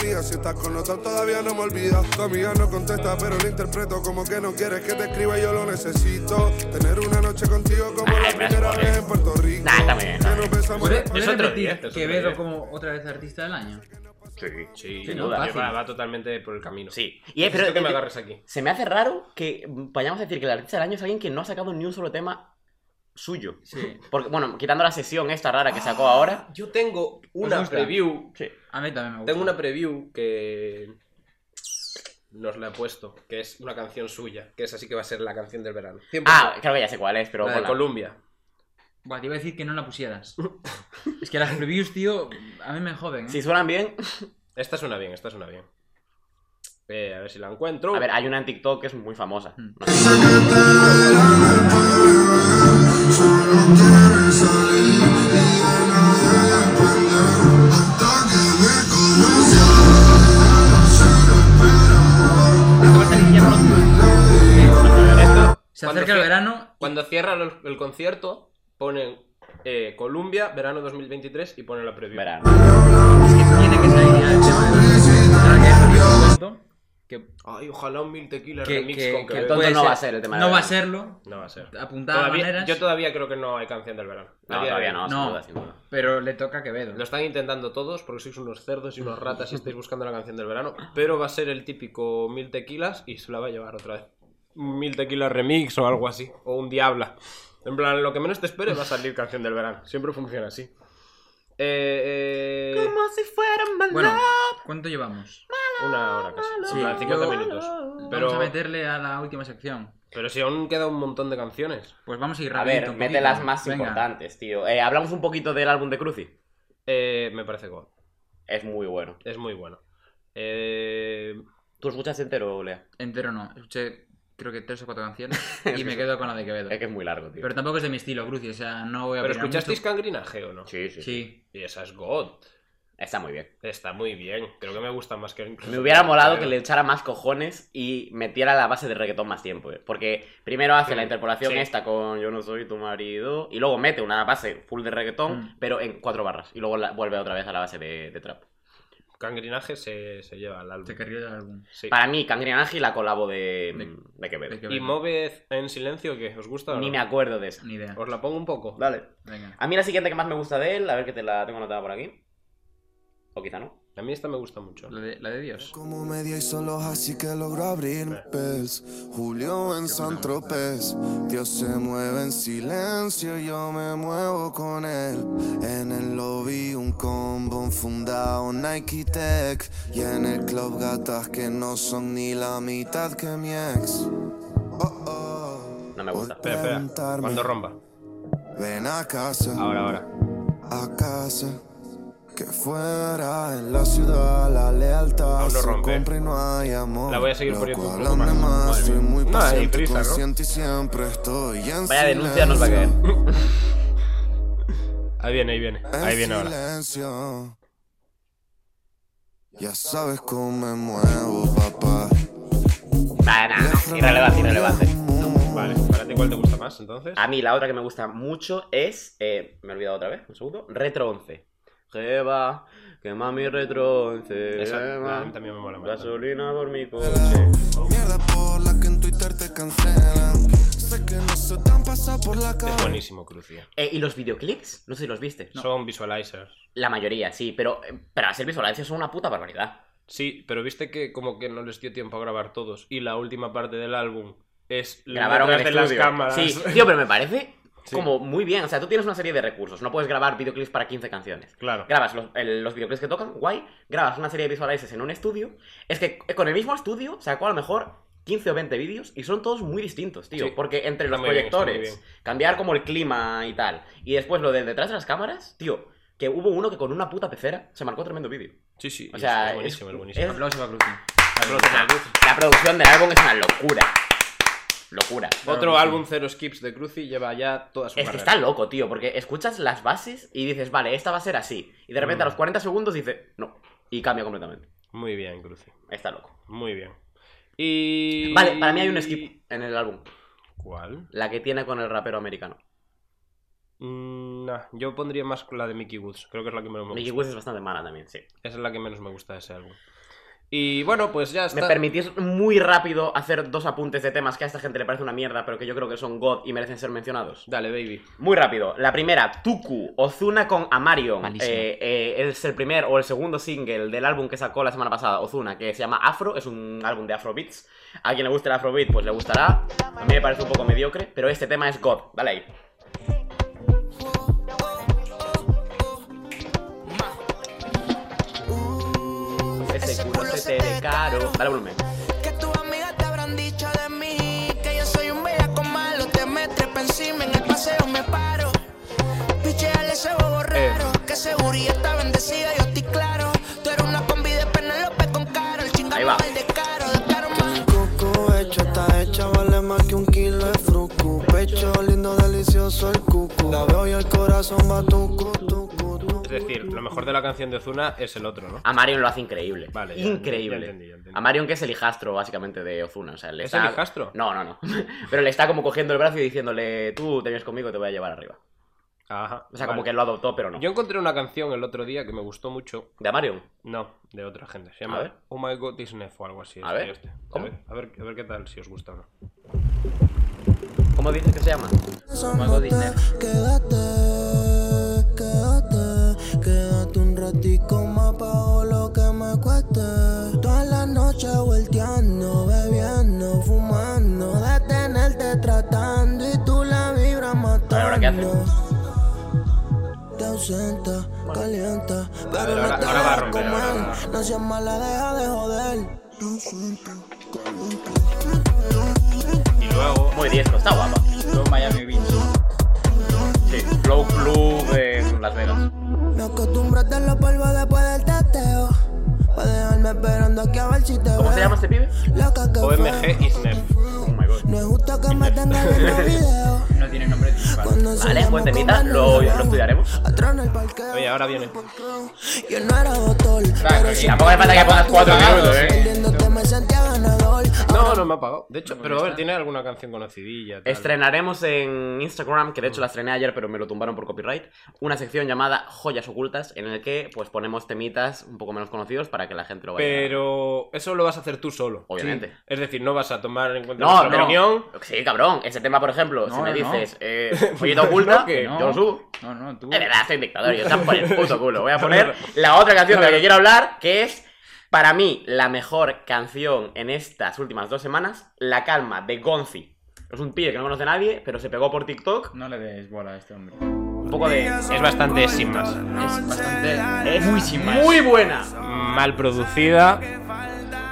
D: Amiga, si estás con otra todavía no me olvidas. Tu amiga no contesta, pero lo interpreto como que no quieres que te escriba. Yo lo necesito. Tener una noche contigo como la primera vez en Puerto Rico.
G: Nah, está muy bien.
D: Que nos besamos
F: ¿Puede,
D: en
F: puede
D: Puerto
F: repetir
D: Rico.
F: Quevedo como otra vez artista del año?
G: Sí,
E: sí,
F: sin
E: no,
F: duda.
E: Va, va totalmente por el camino.
G: Sí.
E: Y
G: Y, eh, pero-
E: que me
G: eh,
E: agarres aquí.
G: Se me hace raro que vayamos a decir que el artista del año es alguien que no ha sacado ni un solo tema suyo.
F: Sí.
G: Porque, bueno, quitando la sesión esta rara que sacó ahora.
E: Yo tengo
F: ¿Os
E: una
F: gusta?
E: preview.
F: A mí también me gusta.
E: Tengo una preview que nos la he puesto, que es una canción suya, que es así que va a ser la canción del verano. 100%.
G: Ah, creo que ya sé cuál es, pero
E: La de
G: ponla.
E: Colombia.
F: Buah, te iba a decir que no la pusieras. es que las reviews, tío, a mí me joden. ¿eh?
G: Si suenan bien.
E: Esta suena bien, esta suena bien. Eh, a ver si la encuentro.
G: A ver, hay una en TikTok que es muy famosa. No
F: Se acerca el
E: cier-
F: verano.
E: Cuando cierra el, el concierto, ponen eh, Colombia, verano 2023 y ponen la preview.
F: Tiene que salir ya el tema del- Ahora que es
E: Ay, ojalá un mil tequila
F: Que-
E: remix
F: que-
E: con
F: que
E: Quevedo.
F: todo
G: Entonces no
F: puede
G: va a
F: ser.
G: ser el tema
F: No
G: del
F: va a
G: verano.
F: serlo.
E: No va a ser.
F: Apuntada
E: Todavía-
F: maneras.
E: yo todavía creo que no hay canción del verano. A
G: No,
E: día de
G: todavía
E: hoy.
G: no, sin
F: No.
G: duda, sin duda.
F: Pero le toca a Quevedo.
E: Lo están intentando todos porque sois unos cerdos y unos ratas y estáis buscando la canción del verano. Pero va a ser el típico mil tequilas y se la va a llevar otra vez. Un Mil tequilas remix o algo así. O un diabla. En plan, lo que menos te esperes va a salir canción del verano. Siempre funciona así. Eh, eh,
G: si fuera
F: Bueno, ¿cuánto llevamos?
E: una hora casi.
F: Sí,
E: En plan, 50
F: yo-
E: minutos. Pero,
F: Vamos a meterle a la última sección.
E: pero si aún queda un montón de canciones.
F: Pues vamos a ir
G: A
F: rapidito
G: ver,
F: un
G: mete
F: poquito.
G: las más
F: Venga.
G: importantes, tío. Eh, hablamos un poquito del álbum de Cruci.
E: Eh, me parece God.
G: Es muy bueno.
E: Es muy bueno. Eh,
G: ¿Tú escuchas entero, Lea?
F: Entero no. Escuché, creo que tres o cuatro canciones. y me quedo con la de Quevedo.
G: Es que es muy largo, tío.
F: Pero tampoco es de mi estilo, Cruci. O sea, no voy a
E: ¿Pero
F: opinar
E: escuchasteis
F: mucho.
E: Cangrinaje o no?
G: Sí, sí, sí.
F: Sí.
E: Y esa es God.
G: Está muy bien.
E: Está muy bien. Creo que me gusta más que...
G: Me hubiera molado que le echara más cojones y metiera la base de reggaetón más tiempo. eh. Porque primero hace la interpolación
E: Sí.
G: esta con Yo no soy tu marido. Y luego mete una base full de reggaetón,
F: Mm.
G: pero en cuatro barras. Y luego la- vuelve otra vez a la base de, de trap.
E: Cangrinaje se, se lleva al álbum.
F: Se querría el álbum.
E: Sí.
G: Para mí, Cangrinaje y la colabo de, mm,
F: De-
G: de Quevedo.
F: de Quevedo.
E: ¿Y Move en silencio que os gusta? o
G: Ni
E: no?
G: me acuerdo de esa.
F: Ni idea.
E: Os la pongo un poco.
G: Dale.
F: Venga.
G: A mí la siguiente que más me gusta de él, a ver que te la tengo anotada por aquí. O quizá no.
E: A mí esta me gusta mucho.
F: La de, la de Dios.
D: Como media y solos así que logro abrirme pez. Julio en San Tropez. Dios se mueve en silencio, yo me muevo con él. En el lobby un combo, un fundado Nike Tech. Y en el club gatas que no son ni la mitad que mi ex. Oh, oh.
G: No me gusta.
E: Espera, espera. Cuando rompa.
D: Ven a casa.
E: Ahora, ahora.
D: a casa. Que fuera en la ciudad la lealtad
E: Aún no
D: se
E: rompe.
D: compra y no hay amor.
E: La voy a seguir
D: Loco,
E: poniendo un poco
D: háblame
E: más. Madre
D: soy
E: mía.
D: muy
E: No, hay
D: paciente,
E: prisa, ¿no?
D: consciente y siempre estoy en
G: Vaya denuncia nos va a caer.
D: silencio.
E: Ahí viene, ahí viene.
D: En
E: Ahí viene ahora.
D: silencio. Ya sabes cómo me muevo, papá.
G: Nah,
E: Ah,
G: nah, nah. Irrelevante, irrelevante.
E: Vale, ¿para ti cuál te gusta más entonces?
G: A mí la otra que me gusta mucho es. eh, me he olvidado otra vez, un segundo. Retro 11. Jeva, que mami retro 11.
E: Esa
G: jeva,
E: a mí también me mola más.
G: Gasolina por mi coche.
D: Mierda por la que en Twitter te cancelan. Sé que no se te han pasado por la
E: Es
D: cabeza.
E: buenísimo, Crucia.
G: Eh, ¿Y los videoclips? No sé si los viste.
E: Son visualizers.
G: La mayoría, sí, pero eh, para ser visualización son una puta barbaridad.
E: Sí, pero viste que como que no les dio tiempo a grabar todos. Y la última parte del álbum es lo
G: grabaron en
E: detrás de las
G: estudio.
E: cámaras.
G: Sí, tío, pero me parece como muy bien. O sea, tú tienes una serie de recursos. No puedes grabar videoclips para 15 canciones.
E: Claro.
G: Grabas los, el- los videoclips que tocan, guay. Grabas una serie de visualizers en un estudio. Es que eh, con el mismo estudio sacó a lo mejor 15 o 20 vídeos y son todos muy distintos, tío.
E: Sí.
G: Porque entre
E: Está
G: los
E: muy bien, está muy
G: proyectores,
E: bien.
G: cambiar como el clima y tal. Y después lo de detrás de las cámaras, tío. Que hubo uno que con una puta pecera se marcó tremendo vídeo.
E: Sí, sí.
G: O sea,
E: es buenísimo, es buenísimo.
F: Aplauso para Cruzzi.
G: Ah, La producción del álbum es una locura. Locura.
E: Otro álbum Cero Skips de Cruci lleva ya toda su
G: Es que
E: carrera.
G: está loco, tío, porque escuchas las bases y dices, vale, esta va a ser así. Y
E: Mm.
G: de repente a los 40 segundos dice, no. Y cambia completamente.
E: Muy bien, Cruci.
G: Está loco.
E: Muy bien. Y.
G: Vale, para mí hay un skip en el álbum.
E: ¿Cuál?
G: La que tiene con el rapero americano.
E: Mm, nah, yo pondría más la de Mickey Woods. Creo que es la que menos me gusta.
G: Mickey Woods es bastante mala también, sí.
E: Esa es la que menos me gusta de ese álbum. Y bueno, pues ya está.
G: Me permitís muy rápido hacer dos apuntes de temas que a esta gente le parece una mierda, pero que yo creo que son God y merecen ser mencionados.
E: Dale, baby.
G: Muy rápido. La primera, Tuku, Ozuna con Amarion.
F: Malísimo.
G: Eh, eh, es el primer o el segundo single del álbum que sacó la semana pasada, Ozuna, que se llama Afro. Es un álbum de Afrobeats. A quien le guste el Afrobeat, pues le gustará. A mí me parece un poco mediocre, pero este tema es God. Dale ahí. Ese culo se te ve caro. Dale volumen.
M: Que tus amigas te habrán dicho de mí Que yo soy un bellaco malo Te me trepa encima, en el paseo me paro Picheale ese bobo
E: Eh,
M: raro Que seguridad está bendecida, yo estoy claro Tú eres una combi de Penelope con caro El
G: Ahí
M: chingado
G: va.
M: mal de caro, de caro más
N: Coco hecho está hecha, vale más que un kilo de fruco. Pecho lindo, delicioso el cuco. La veo y el corazón va tucu, tucu, tucu.
E: Es decir, lo mejor de la canción de Ozuna es el otro, ¿no?
G: Amarion lo hace increíble.
E: Vale, ya,
G: increíble.
E: ya entendí, ya entendí.
G: Amarion que es el hijastro básicamente de Ozuna. O sea, le
E: ¿Es
G: está-
E: el hijastro?
G: No, no, no. Pero le está como cogiendo el brazo y diciéndole, tú te vienes conmigo, te voy a llevar arriba.
E: Ajá.
G: Ah, O sea, como que lo adoptó, pero no.
E: Yo encontré una canción el otro día que me gustó mucho.
G: ¿De Amarion?
E: No, de otra gente. Se
G: A
E: llama
G: ver.
E: Oh My God Disney o algo así.
G: A
E: este,
G: ver.
E: este. A,
G: ¿Cómo?
E: ver a, ver, a ver qué tal, si os gusta o no.
G: ¿Cómo dices que se llama? Mago Disney.
N: Quédate, quédate, quédate un ratico más pa' lo que me cueste. Todas las noches volteando, bebiendo, fumando. De tenerte tratando y tú la vibras matando.
G: ahora qué hace?
N: Te ausenta, calienta,
E: A
N: pero
E: ver,
N: no
E: ahora,
N: te
E: ahora va a
N: dejas
E: romper. ahora va a
N: comer.
E: romper.
N: No seas mala, deja de joder. Te ausenta, calienta.
E: Y luego.
G: Muy diestro, está guapa. Flow Miami Beach. Sí, Flow Club en Las Vegas.
N: Me acostumbraste a los polvos después del teteo. Pa' dejarme esperando aquí a ver si te
G: ¿Cómo se llama este pibe?
N: Loca
E: Oh,
N: que
E: OMG y Snap.
G: Oh my god.
N: No es justo que me tengas viendo videos.
F: No tiene nombre principal.
G: Vale, buen temita, lo, lo estudiaremos.
N: Atrás en el parqueo.
E: Oye, ahora viene.
N: Yo no era doctor. pero
G: Y tampoco me falta que pongas cuatro minutos, eh.
N: Perdiéndote me sentía ganador.
E: No, no me ha pagado. De hecho, pero a ver, tiene alguna canción conocidilla. tal?
G: Estrenaremos en Instagram, que de hecho la estrené ayer, pero me lo tumbaron por copyright, una sección llamada Joyas Ocultas, en el que pues ponemos temitas un poco menos conocidos para que la gente lo vaya
E: Pero eso lo vas a hacer tú solo.
G: Obviamente.
E: Sí. Es decir, no vas a tomar en cuenta
G: No,
E: nuestra
G: no.
E: opinión.
G: Sí, cabrón. Ese tema, por ejemplo, si
F: No,
G: me
F: no.
G: dices eh, Joyita Oculta,
E: No, que no. Uh.
G: yo lo subo.
F: No, no, tú.
G: Es verdad, soy dictador, yo estaba por el puto culo. Voy a poner la otra canción de la que quiero hablar, que es, para mí, la mejor canción en estas últimas dos semanas, La Calma, de Gonzi. Es un pibe que no conoce a nadie, pero se pegó por TikTok.
F: No le des bola a este hombre.
G: Un poco de...
E: Es bastante sin más.
F: Es bastante.
G: Es
F: muy sin más.
G: Muy buena.
E: Mal producida.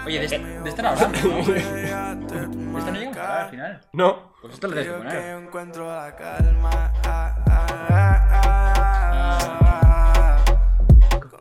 F: Oye, de, este, de esta no hablamos, ¿no? De esta no llegamos a hablar al final.
E: No.
F: Pues esto lo tienes que poner.
O: encuentro la calma. ah, ah, ah, ah, ah.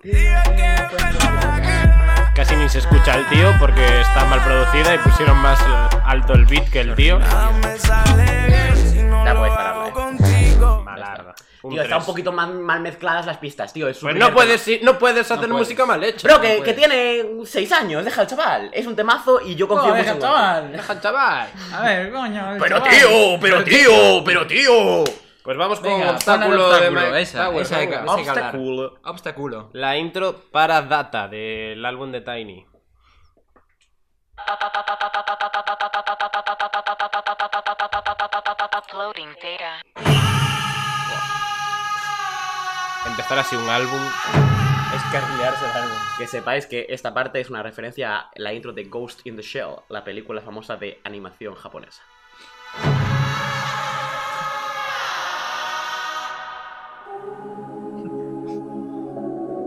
O: Dile que encuentro la calma.
E: Casi ni se escucha el tío porque está mal producida y pusieron más eh, alto el beat que el tío.
O: Me sale bien si no
G: Ya
O: lo
G: puedes
O: hago
G: pararla, eh.
O: contigo.
E: Malarda. Un
G: Tío, está un
E: tres.
G: poquito mal, mal mezcladas las pistas, tío. Es su
E: Pues
G: primer
E: no puedes, ir- no puedes hacer
F: puedes.
E: música mal hecha.
G: Bro, que,
F: No
G: que
F: puedes.
G: tiene 6 años, deja al chaval. Es un temazo y yo confío
F: No,
G: mucho en
F: deja el
G: él.
F: chaval.
E: Deja al chaval.
F: A ver, coño. el
G: Pero
F: chaval.
G: tío, pero tío, pero tío.
E: Pues vamos con
F: Venga,
E: obstáculo,
F: pon el
E: de
F: obstáculo,
E: Mike
F: esa,
E: Tower,
F: esa hay que-
E: venga.
F: esa hay que hablar.
G: Obstáculo.
F: Obstáculo.
E: La intro para Data del álbum de Tiny.
P: Uploading data.
E: Empezar así un álbum.
G: Es carrilearse el álbum. Que sepáis que esta parte es una referencia a la intro de Ghost in the Shell, la película famosa de animación japonesa.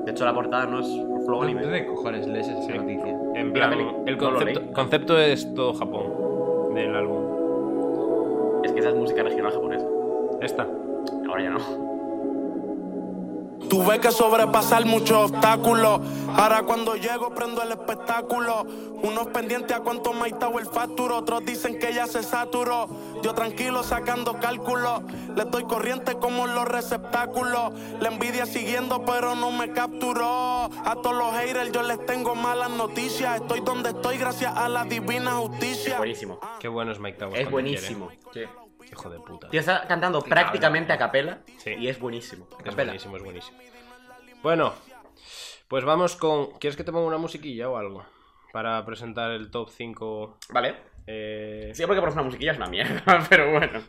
G: De hecho, la portada no es un flow anime.
E: ¿Dónde cojones lees esa noticia? En
G: La
E: plan,
G: peli-
E: el
G: no lo
E: concepto,
G: leí.
E: concepto es todo Japón del álbum.
G: Es que esa es música regional japonesa.
E: ¿Esta?
G: Ahora ya no.
I: Tuve que sobrepasar muchos obstáculos. Ahora cuando llego prendo el espectáculo. Unos pendientes a cuánto me estado el facturo. Otros dicen que ya se saturó. Yo tranquilo sacando cálculos. Le doy corriente como los receptáculos. La envidia siguiendo pero no me capturó. A todos los haters yo les tengo malas noticias. Estoy donde estoy gracias a la divina justicia.
G: Buenísimo.
E: Qué bueno es Mike Towers.
G: Es
E: cuando quiere. ¿eh?
G: buenísimo.
E: Hijo de puta.
G: Tío, está cantando
E: Qué
G: prácticamente a capela y es buenísimo. A
E: Es
G: capela.
E: buenísimo, es buenísimo. Bueno, pues vamos con. ¿Quieres que te ponga una musiquilla o algo? Para presentar el top 5.
G: Vale.
E: Eh...
G: Sí, porque por una musiquilla es una mierda, pero bueno.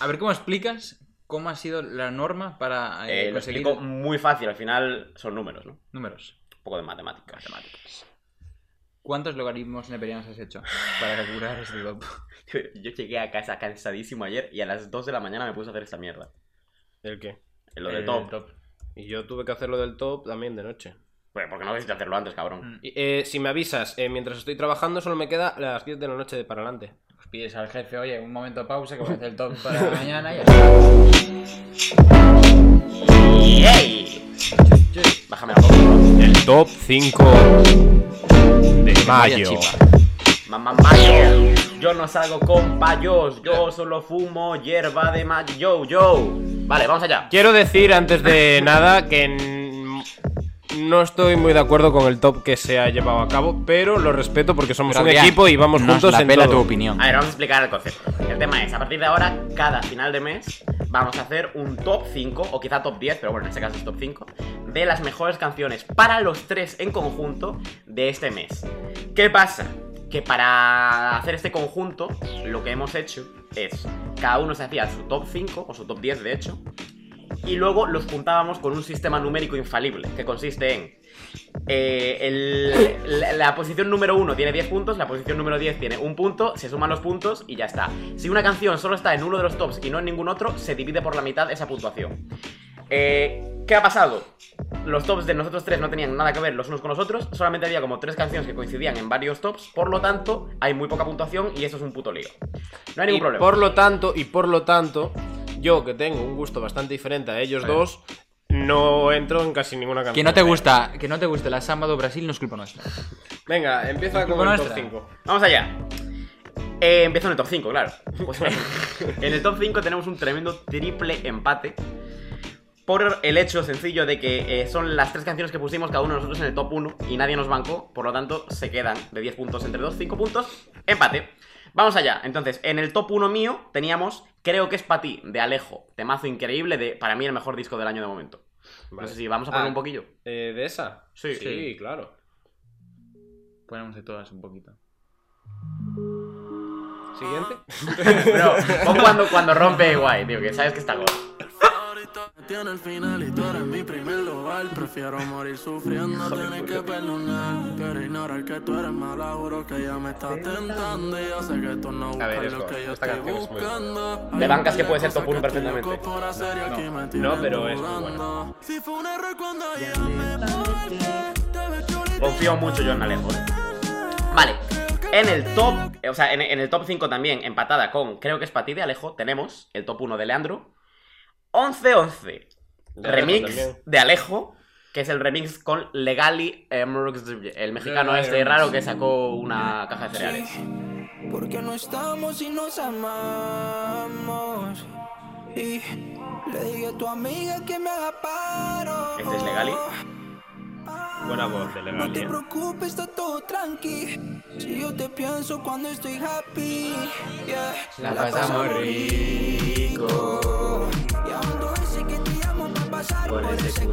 F: A ver, ¿cómo explicas cómo ha sido la norma para
G: Eh,
F: eh,
G: lo
F: conseguir
G: explico muy fácil, al final son números, ¿no?
F: números?
G: Un poco de matemáticas.
F: ¿Cuántos logaritmos neperianos has hecho para calcular este top?
G: Yo llegué a casa cansadísimo ayer y a las 2 de la mañana me puse a hacer esta mierda.
E: ¿El qué?
G: Lo del
E: El
G: Eh, top.
E: Y yo tuve que hacer lo del top también de noche.
G: Bueno, Pues, porque no necesito hacerlo antes, cabrón.
E: Y, eh, si me avisas, eh, mientras estoy trabajando, solo me queda las 10 de la noche de para adelante.
F: Os pides al jefe, oye, un momento de pausa que voy a hacer el top para mañana y así.
G: Bájame la voz.
E: El top 5 de mayo.
G: Mamá mayo. Yo no salgo con payos, yo solo fumo hierba de mayo. Yo, yo. Vale, vamos allá.
E: Quiero decir antes de nada que n- no estoy muy de acuerdo con el top que se ha llevado a cabo, pero lo respeto porque somos
F: Pero
E: un
F: bien,
E: equipo y vamos
F: nos
E: juntos
F: la
E: en
F: pela
E: todo.
F: tu opinión.
G: A ver, vamos a explicar el concepto. El tema es, a partir de ahora, cada final de mes vamos a hacer un top 5, o quizá top 10, pero bueno, en este caso es top 5, de las mejores canciones para los tres en conjunto de este mes. ¿Qué pasa? Que para hacer este conjunto, lo que hemos hecho es, cada uno se hacía su top 5, o su top 10 de hecho, y luego los juntábamos con un sistema numérico infalible, que consiste en... eh, el- la, la posición número 1 tiene 10 puntos, la posición número 10 tiene un punto, se suman los puntos y ya está. Si una canción solo está en uno de los tops y no en ningún otro, se divide por la mitad esa puntuación. Eh, ¿Qué ha pasado? Los tops de nosotros tres no tenían nada que ver los unos con los otros, solamente había como tres canciones que coincidían en varios tops, por lo tanto, hay muy poca puntuación y eso es un puto lío. No hay ningún
E: Y
G: problema.
E: Por lo tanto, y por lo tanto, yo que tengo un gusto bastante diferente a ellos dos, no entro en casi ninguna canción.
F: Que no te gusta, que no te guste la samba do Brasil no es culpa nuestra.
E: Venga, empieza
F: Culpa
E: con el top
F: nuestra.
E: 5.
G: Vamos allá. Eh, empiezo en el top 5, claro. Pues, en el top 5 tenemos un tremendo triple empate. Por el hecho sencillo de que eh, son las tres canciones que pusimos cada uno de nosotros en el top 1 y nadie nos bancó, por lo tanto se quedan de 10 puntos entre dos, 5 puntos, empate. Vamos allá, entonces, en el top 1 mío teníamos Creo que es para ti, de Alejo, temazo increíble, de para mí el mejor disco del año de momento.
F: Pues
G: No sé si vamos a poner
E: Ah,
G: un poquillo.
E: eh, ¿De esa?
G: Sí.
E: sí, claro.
F: Ponemos de todas un poquito.
E: Siguiente.
G: Bro, pon cuando, cuando rompe guay, tío, que sabes que está gol.
D: Tiene el final y tú eres mi primer lugar. Prefiero morir sufriendo, tener que perdonar. Quiero ignorar que tú eres mala, juro que ya me estás tentando. Y yo sé que tú no
G: A ver,
D: buscas lo
G: esto,
D: que yo
G: esta
D: estoy
G: canción es muy
D: buscando.
G: De bancas que puede ser top 1 perfectamente.
E: No, pero es muy bueno.
G: Confío mucho yo en Alejo. eh. Vale. En el top, eh, o sea, en, en el top 5 también, empatada con Creo que es para ti de Alejo, tenemos el top 1 de Leandro. 11-11.
E: De Alejo
G: Remix
E: también.
G: de Alejo, que es el remix con Legali eh, Murks, el mexicano
D: Legali
G: este
D: Murks.
G: raro que sacó una caja de cereales.
Q: Porque no estamos y nos amamos. Y le dije a tu amiga que me haga paro.
G: Este es Legali.
E: Buena voz de
Q: No
E: Legali.
Q: te
E: eh.
Q: preocupes, está todo tranqui. Si yo te pienso cuando estoy happy. yeah.
F: La pasamos rico.
Q: Y aún tú dices que te llamo para pasar
G: Con
Q: por
G: ese
Q: ese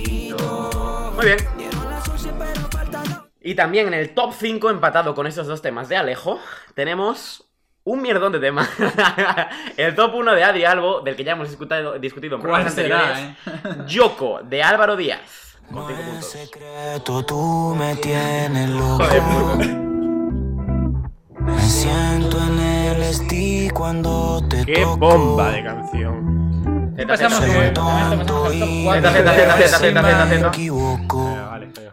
Q: culito.
G: Muy bien.
Q: Dieron las 11, pero faltan dos.
G: Y también en el top 5, empatado con esos dos temas de Alejo, tenemos un mierdón de tema. el top 1 de Adri Albo, del que ya hemos discutido, discutido en
F: ¿Cuál
G: programas
F: será, eh?
G: anteriores. Yoko, de Álvaro Díaz. Con 5 puntos.
D: Tú, tú me
G: pues,
D: tienes loco. Me siento en el
R: ti cuando te
S: ¡Qué bomba de canción!
G: Pasamos
R: Soy
G: de-
R: tonto y
G: Zeta, zeta, zeta, zeta, zeta, zeta,
R: me
G: zeta.
E: Eh,
R: equivoco.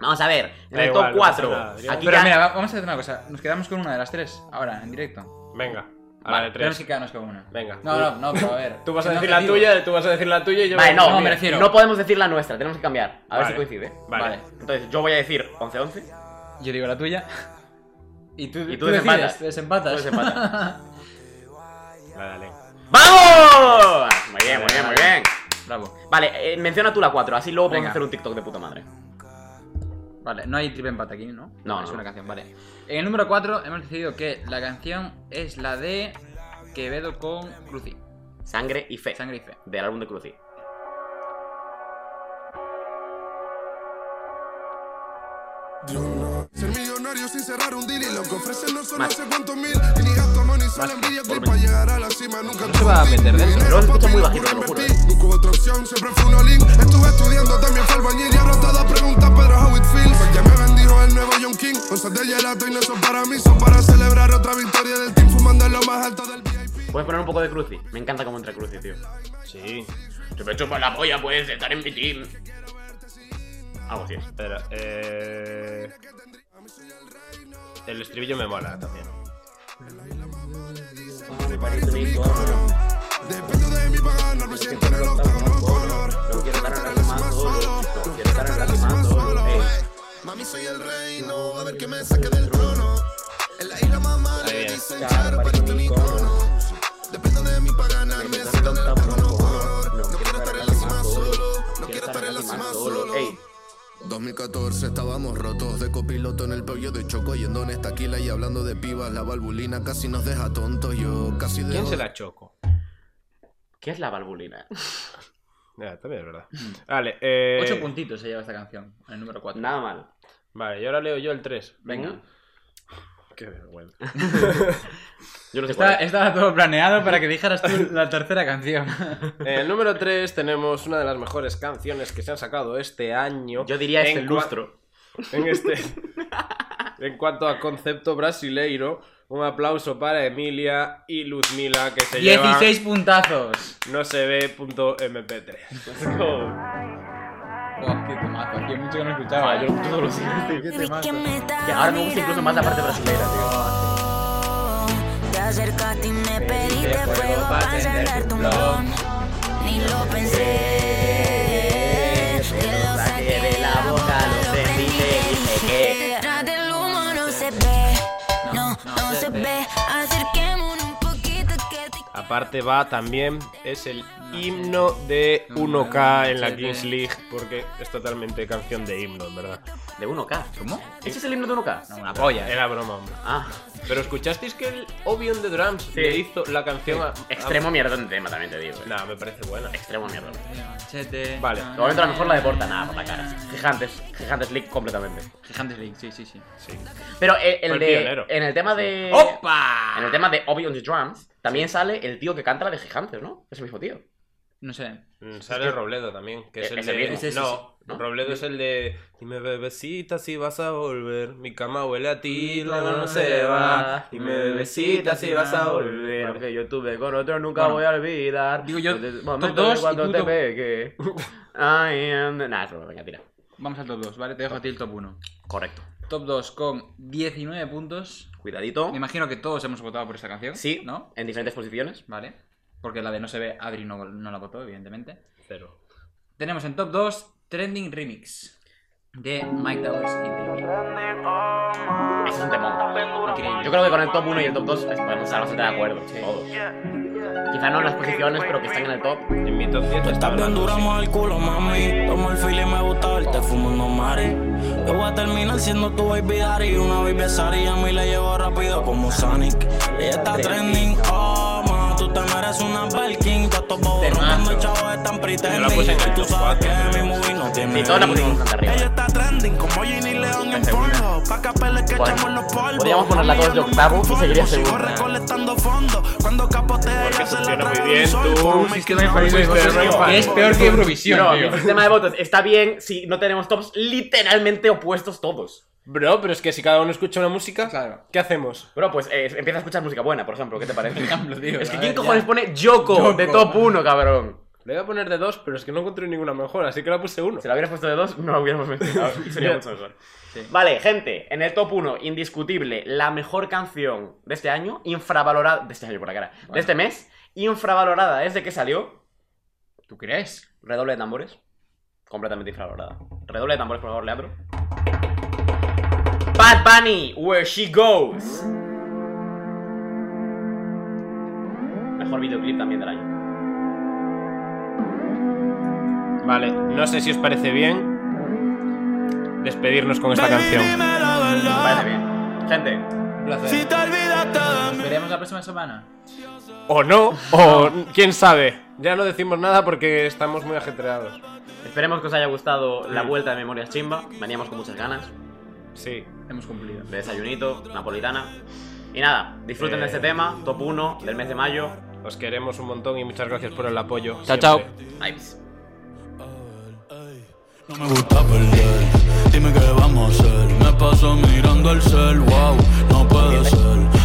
G: Vamos a ver, en
F: Da
G: el
F: igual,
G: top
F: no pasa
G: 4.
F: nada,
G: Aquí
F: da igual. Pero
G: ya-
F: mira, va- vamos a hacer una cosa. Nos quedamos con una de las tres ahora, en directo.
E: Venga. A la
F: Vale,
E: de tres.
F: tenemos que quedarnos con una.
E: Venga.
F: No, no, no, pero a ver.
E: Tú vas a
F: Siendo
E: decir la
F: objetivo.
E: tuya, tú vas a decir la tuya y
G: Vale,
E: yo voy a decir
G: no,
E: la
G: me
E: mía.
G: refiero. No podemos decir la nuestra, tenemos que cambiar. A ver
E: Vale.
G: si coincide.
E: Vale.
G: Entonces, yo voy a decir 11-11.
F: Yo digo la tuya. Y tú,
G: Y
F: y
G: tú
F: tú,
G: desempatas.
F: decides, tú desempatas.
G: Tú desempatas.
E: Vale, dale.
G: ¡Vamos! Muy bien, muy bien, muy bien.
F: Bravo.
G: Vale, eh, menciona tú la 4, así luego podemos
F: Venga.
G: hacer un TikTok de puta madre.
F: Vale, no hay triple empate aquí, ¿no?
G: No,
F: Es
G: no.
F: una canción, vale. En el número 4 hemos decidido que la canción es la de Quevedo con Cruci.
G: Sangre y fe.
F: Sangre y fe.
G: Del álbum de Cruci.
D: Ser millonario sin cerrar un deal y lo que ofrecen no son
G: Más.
D: no sé cuántos mil. Y ni gasto mano ni sale envidia clip para llegar a la cima. Nunca
G: No se va a meter dentro. Pero lo escucha muy bajito, te lo juro. eh.
D: Nunca hubo otra opción, siempre fui un olín. Estuve estudiando también fue albañil y ahora toda pregunta Pedro how it feels. Porque me bendijo el nuevo John King. Onzas de gelato y no son para mí, son para celebrar otra victoria del team fumando en lo más alto del
G: Puedes poner un poco de Cruci. Me encanta cómo entra Cruci, tío.
E: Sí.
G: Te me chupas la polla, puedes estar en mi team. Algo así.
E: Espera, eh... El estribillo me mola también.
G: eh.
D: Mami, soy el rey, no va a ver que me saque del trono. En la isla mamá le dicen charo, parece un icono. Dependo de mí para ganarme, si no le pongo honor. No quiero estar en la cima solo, no quiero estar en la cima solo.
T: 2014 estábamos rotos de copiloto en el pollo de Choco yendo en esta quila y hablando de pibas la valvulina casi nos deja tontos yo casi de
E: ¿Quién se la choco?
G: ¿Qué es la valvulina?
E: Ya, también es verdad. Vale, eh...
F: 8 puntitos se lleva esta canción, en el número 4.
G: Nada mal.
E: Vale, y ahora leo yo el 3.
F: Venga.
E: Qué vergüenza.
G: Yo no sé
F: Está-
E: cuál es.
F: estaba todo planeado para que dijeras tú la tercera canción.
E: En Eh, el número 3 tenemos una de las mejores canciones que se han sacado este año.
G: Yo diría
E: En
G: este
E: cua-
G: lustro.
E: En este. en cuanto a concepto brasileiro, un aplauso para Emilia y Luzmila que se llevan
F: 16 puntazos.
E: no se ve punto mp3. Let's go.
F: Buah, qué temazo. Aquí mucho que no escuchaba.
G: yo lo escucho todos los días, tío.
F: Qué temazo.
G: Y ahora me gusta incluso más la parte brasileña, tío.
J: Te pues, acercaste y me pediste fuego para encender tu este blog. Ni lo pensé. Te lo saqué de la boca, lo sentí, te dije que. Detrás del humo no se ve. No, no se ve. Acerquémonos un poquito que te
E: Aparte va también, es el himno de 1K en la Kings League, porque es totalmente canción de himno, en verdad.
G: ¿De 1K? ¿Cómo? ¿Ese es el himno de 1K? No, una
E: polla. Era broma, hombre.
G: Ah.
E: Pero escuchasteis que el Obion de Drums le hizo la canción a- a-
G: Extremo mierdón de tema, también te digo. eh.
E: Nah, me parece buena.
G: Extremo mierdón.
F: Chete.
E: Vale.
G: De momento a lo mejor la de Porta, nada, por la cara. Gigantes, Gigantes League completamente.
F: Gigantes League, sí, sí, sí.
G: Pero el, el
F: Fue el
G: de,
F: pionero. Oh.
G: en el tema de.
F: ¡Opa!
G: En el tema de Obi on the Drums, también sale el tío que canta la de Gigantes, ¿no? Es el mismo tío.
F: No sé.
E: Mm, Sale
F: Es que-
E: Robledo también, que es
G: Eh,
E: el
G: ese
E: de...
G: mismo. Ese, ese,
E: no,
G: ese, ¿no?
E: Robledo es el de... Dime bebecita si vas a volver, mi cama huele a ti, la mano se va. Dime bebecita si vas a volver.
G: Porque yo tuve con otro, nunca
E: Bueno.
G: voy a olvidar.
F: Digo yo,
G: Desde el
F: top
G: momento
F: dos
G: de
F: y
G: cuando
F: tú
G: te
F: top-
G: pegué. I am the- Nah, es broma, venga, tira.
F: Vamos al top 2, ¿vale? Te dejo a ti el top 1.
G: Correcto.
F: Top 2 con 19 puntos.
G: Cuidadito.
F: Me imagino que todos hemos votado por esta canción.
G: Sí,
F: ¿no?
G: En diferentes posiciones.
F: Vale. Porque la de No se ve, Adri no, no la votó, evidentemente.
E: Cero.
F: Tenemos en top 2 Trending Remix de Mike Towers y Baby.
G: Es un temón. Yo creo que con el top 1 y el top 2 podemos estar bastante de acuerdo. Todos. Quizá no en las posiciones, pero que están en el top.
F: Mm.
E: En mi top
F: Pues
E: 10
G: está
Q: Bien duramos el culo, mami. Tomo el fil y me gusta verte fumando mari. Yo voy a terminar siendo tu baby daddy. Una baby Sari, a mí le llevo rápido como Sonic. Ella está trending, oh, ma. Tú te mereces una Birkin. Ya estos bobos rompiendo chavos están pretending. Tú sabes que mi movie no tiene
G: Sí, todos la
Q: ending.
G: pusimos bastante arriba.
Q: Ella está trending como Ginny León en Pornhub. Pa' capeles que
G: Bueno,
Q: echamos los polvos.
G: Podríamos ponerla todos de octavo y seguiría seguro.
Q: Recolectando fondos. Cuando capotea, ella se la traga de un sol. Por
E: Pues
Q: un
F: sistema de votos que Pues es peor que Eurovisión,
G: Bro,
F: tío.
G: mi sistema de votos está bien si no tenemos tops literalmente opuestos todos.
E: Bro, pero es que si cada uno escucha una música, ¿qué hacemos?
G: Bro, pues eh, empieza a escuchar música buena, por ejemplo. ¿Qué te parece?
E: tío,
G: es que
E: a
G: ¿quién
E: ver,
G: cojones
E: ya.
G: pone Yoko, de
E: Yoko.
G: top 1, cabrón?
E: Le voy a poner de dos, pero es que no encontré ninguna mejor, así que la puse uno.
G: Si la hubieras puesto de dos, no la hubiéramos mencionado. Sería mucho mejor. Vale, gente, en el top 1, indiscutible, la mejor canción de este año, infravalorada. De este año por la cara. De este mes, infravalorada desde que salió.
F: ¿Tú crees?
G: Redoble de tambores. Completamente infravalorada. Redoble de tambores, por favor, Leandro. Bad Bunny, Where She Goes. Mejor videoclip también del año.
E: Vale, no sé si os parece bien despedirnos con esta canción.
G: Vale, bien. Gente,
F: Si te Nos veremos la próxima semana.
E: O no, o quién sabe. Ya no decimos nada porque estamos muy ajetreados.
G: Esperemos que os haya gustado la
E: Mm.
G: vuelta de Memorias Chimba. Veníamos con muchas ganas.
E: Sí,
F: hemos cumplido.
G: De desayunito, napolitana. Y nada, disfruten
E: Eh.
G: de este tema, top 1 del mes de mayo.
E: Os queremos un montón y muchas gracias por el apoyo.
G: Chao, chao.
E: siempre.
G: Adiós.
Q: No me gusta perder, dime qué vamos a hacer. Me paso mirando el cel, wow, no puede ser.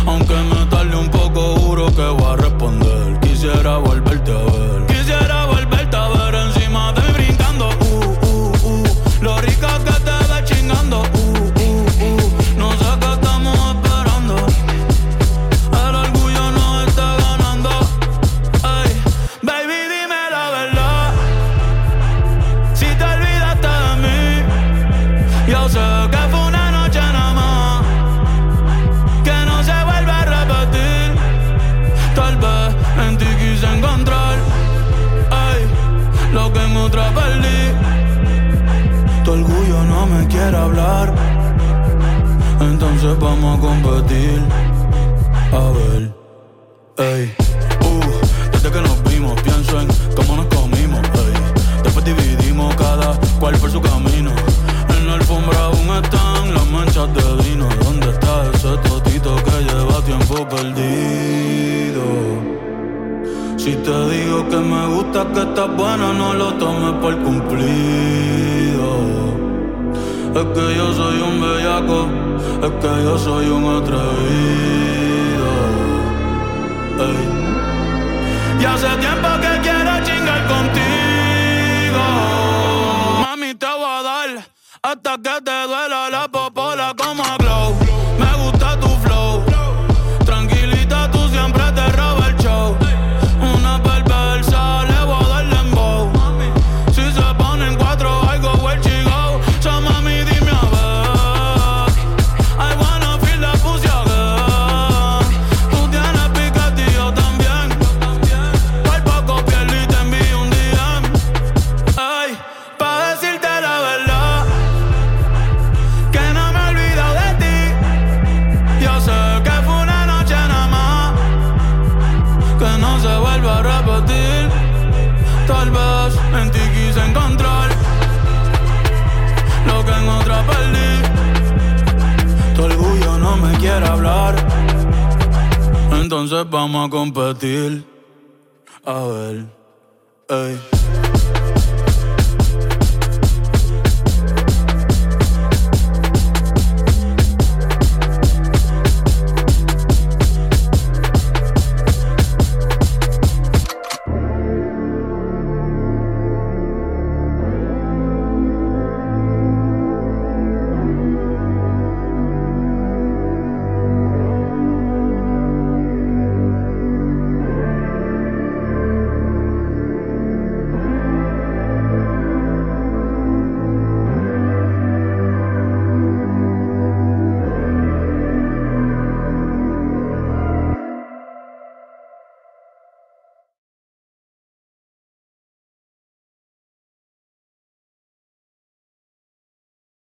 Q: Aunque me tarde un poco, juro que voy a responder. Quisiera volverte a ver, quisiera volverte a ver encima de mí brincando. Uh, uh, uh, lo rica que te ve chingando. Uh, uh, uh, no sé qué estamos esperando. El orgullo nos está ganando. Ey, baby, dime la verdad. Si te olvidaste de mí, yo sé que fue una noche nada más. Que no se vuelve a repetir. Tal vez en ti quise encontrar ey, lo que en otra perdí. Tu orgullo no me quiere hablar. Entonces vamos a competir. A ver, ey, uh, desde que nos vimos, pienso en cómo nos comimos, ey. Después dividimos cada cual por su camino. En la alfombra aún están las manchas de vino. ¿Dónde está ese totito que lleva tiempo perdido? Si te digo que me gusta, que estás buena, no lo tomes por cumplido. Es que yo soy un bellaco, es que yo soy un atrevido. Ey. Y hace tiempo que quiero chingar contigo. Mami, te voy a dar hasta que te duela la popola como a glow. Me gusta tu flow. Tranquilita, tú siempre te robas el show. Una perversa, le voy a dar dembow. Si se ponen cuatro, algo where she go. So, mami, dime a ver. I wanna feel the pussy again. Tú tienes picante y yo también. Por poco piel y te envío un DM. Ay, pa' decirte la verdad. Que no me he olvidado de ti. Yo sé que fue una noche nada más. Que no se vuelve a repetir. Tal vez en ti quise encontrar lo que en otra perdí. Tu orgullo no me quiere hablar. Entonces vamos a competir. A ver, ey.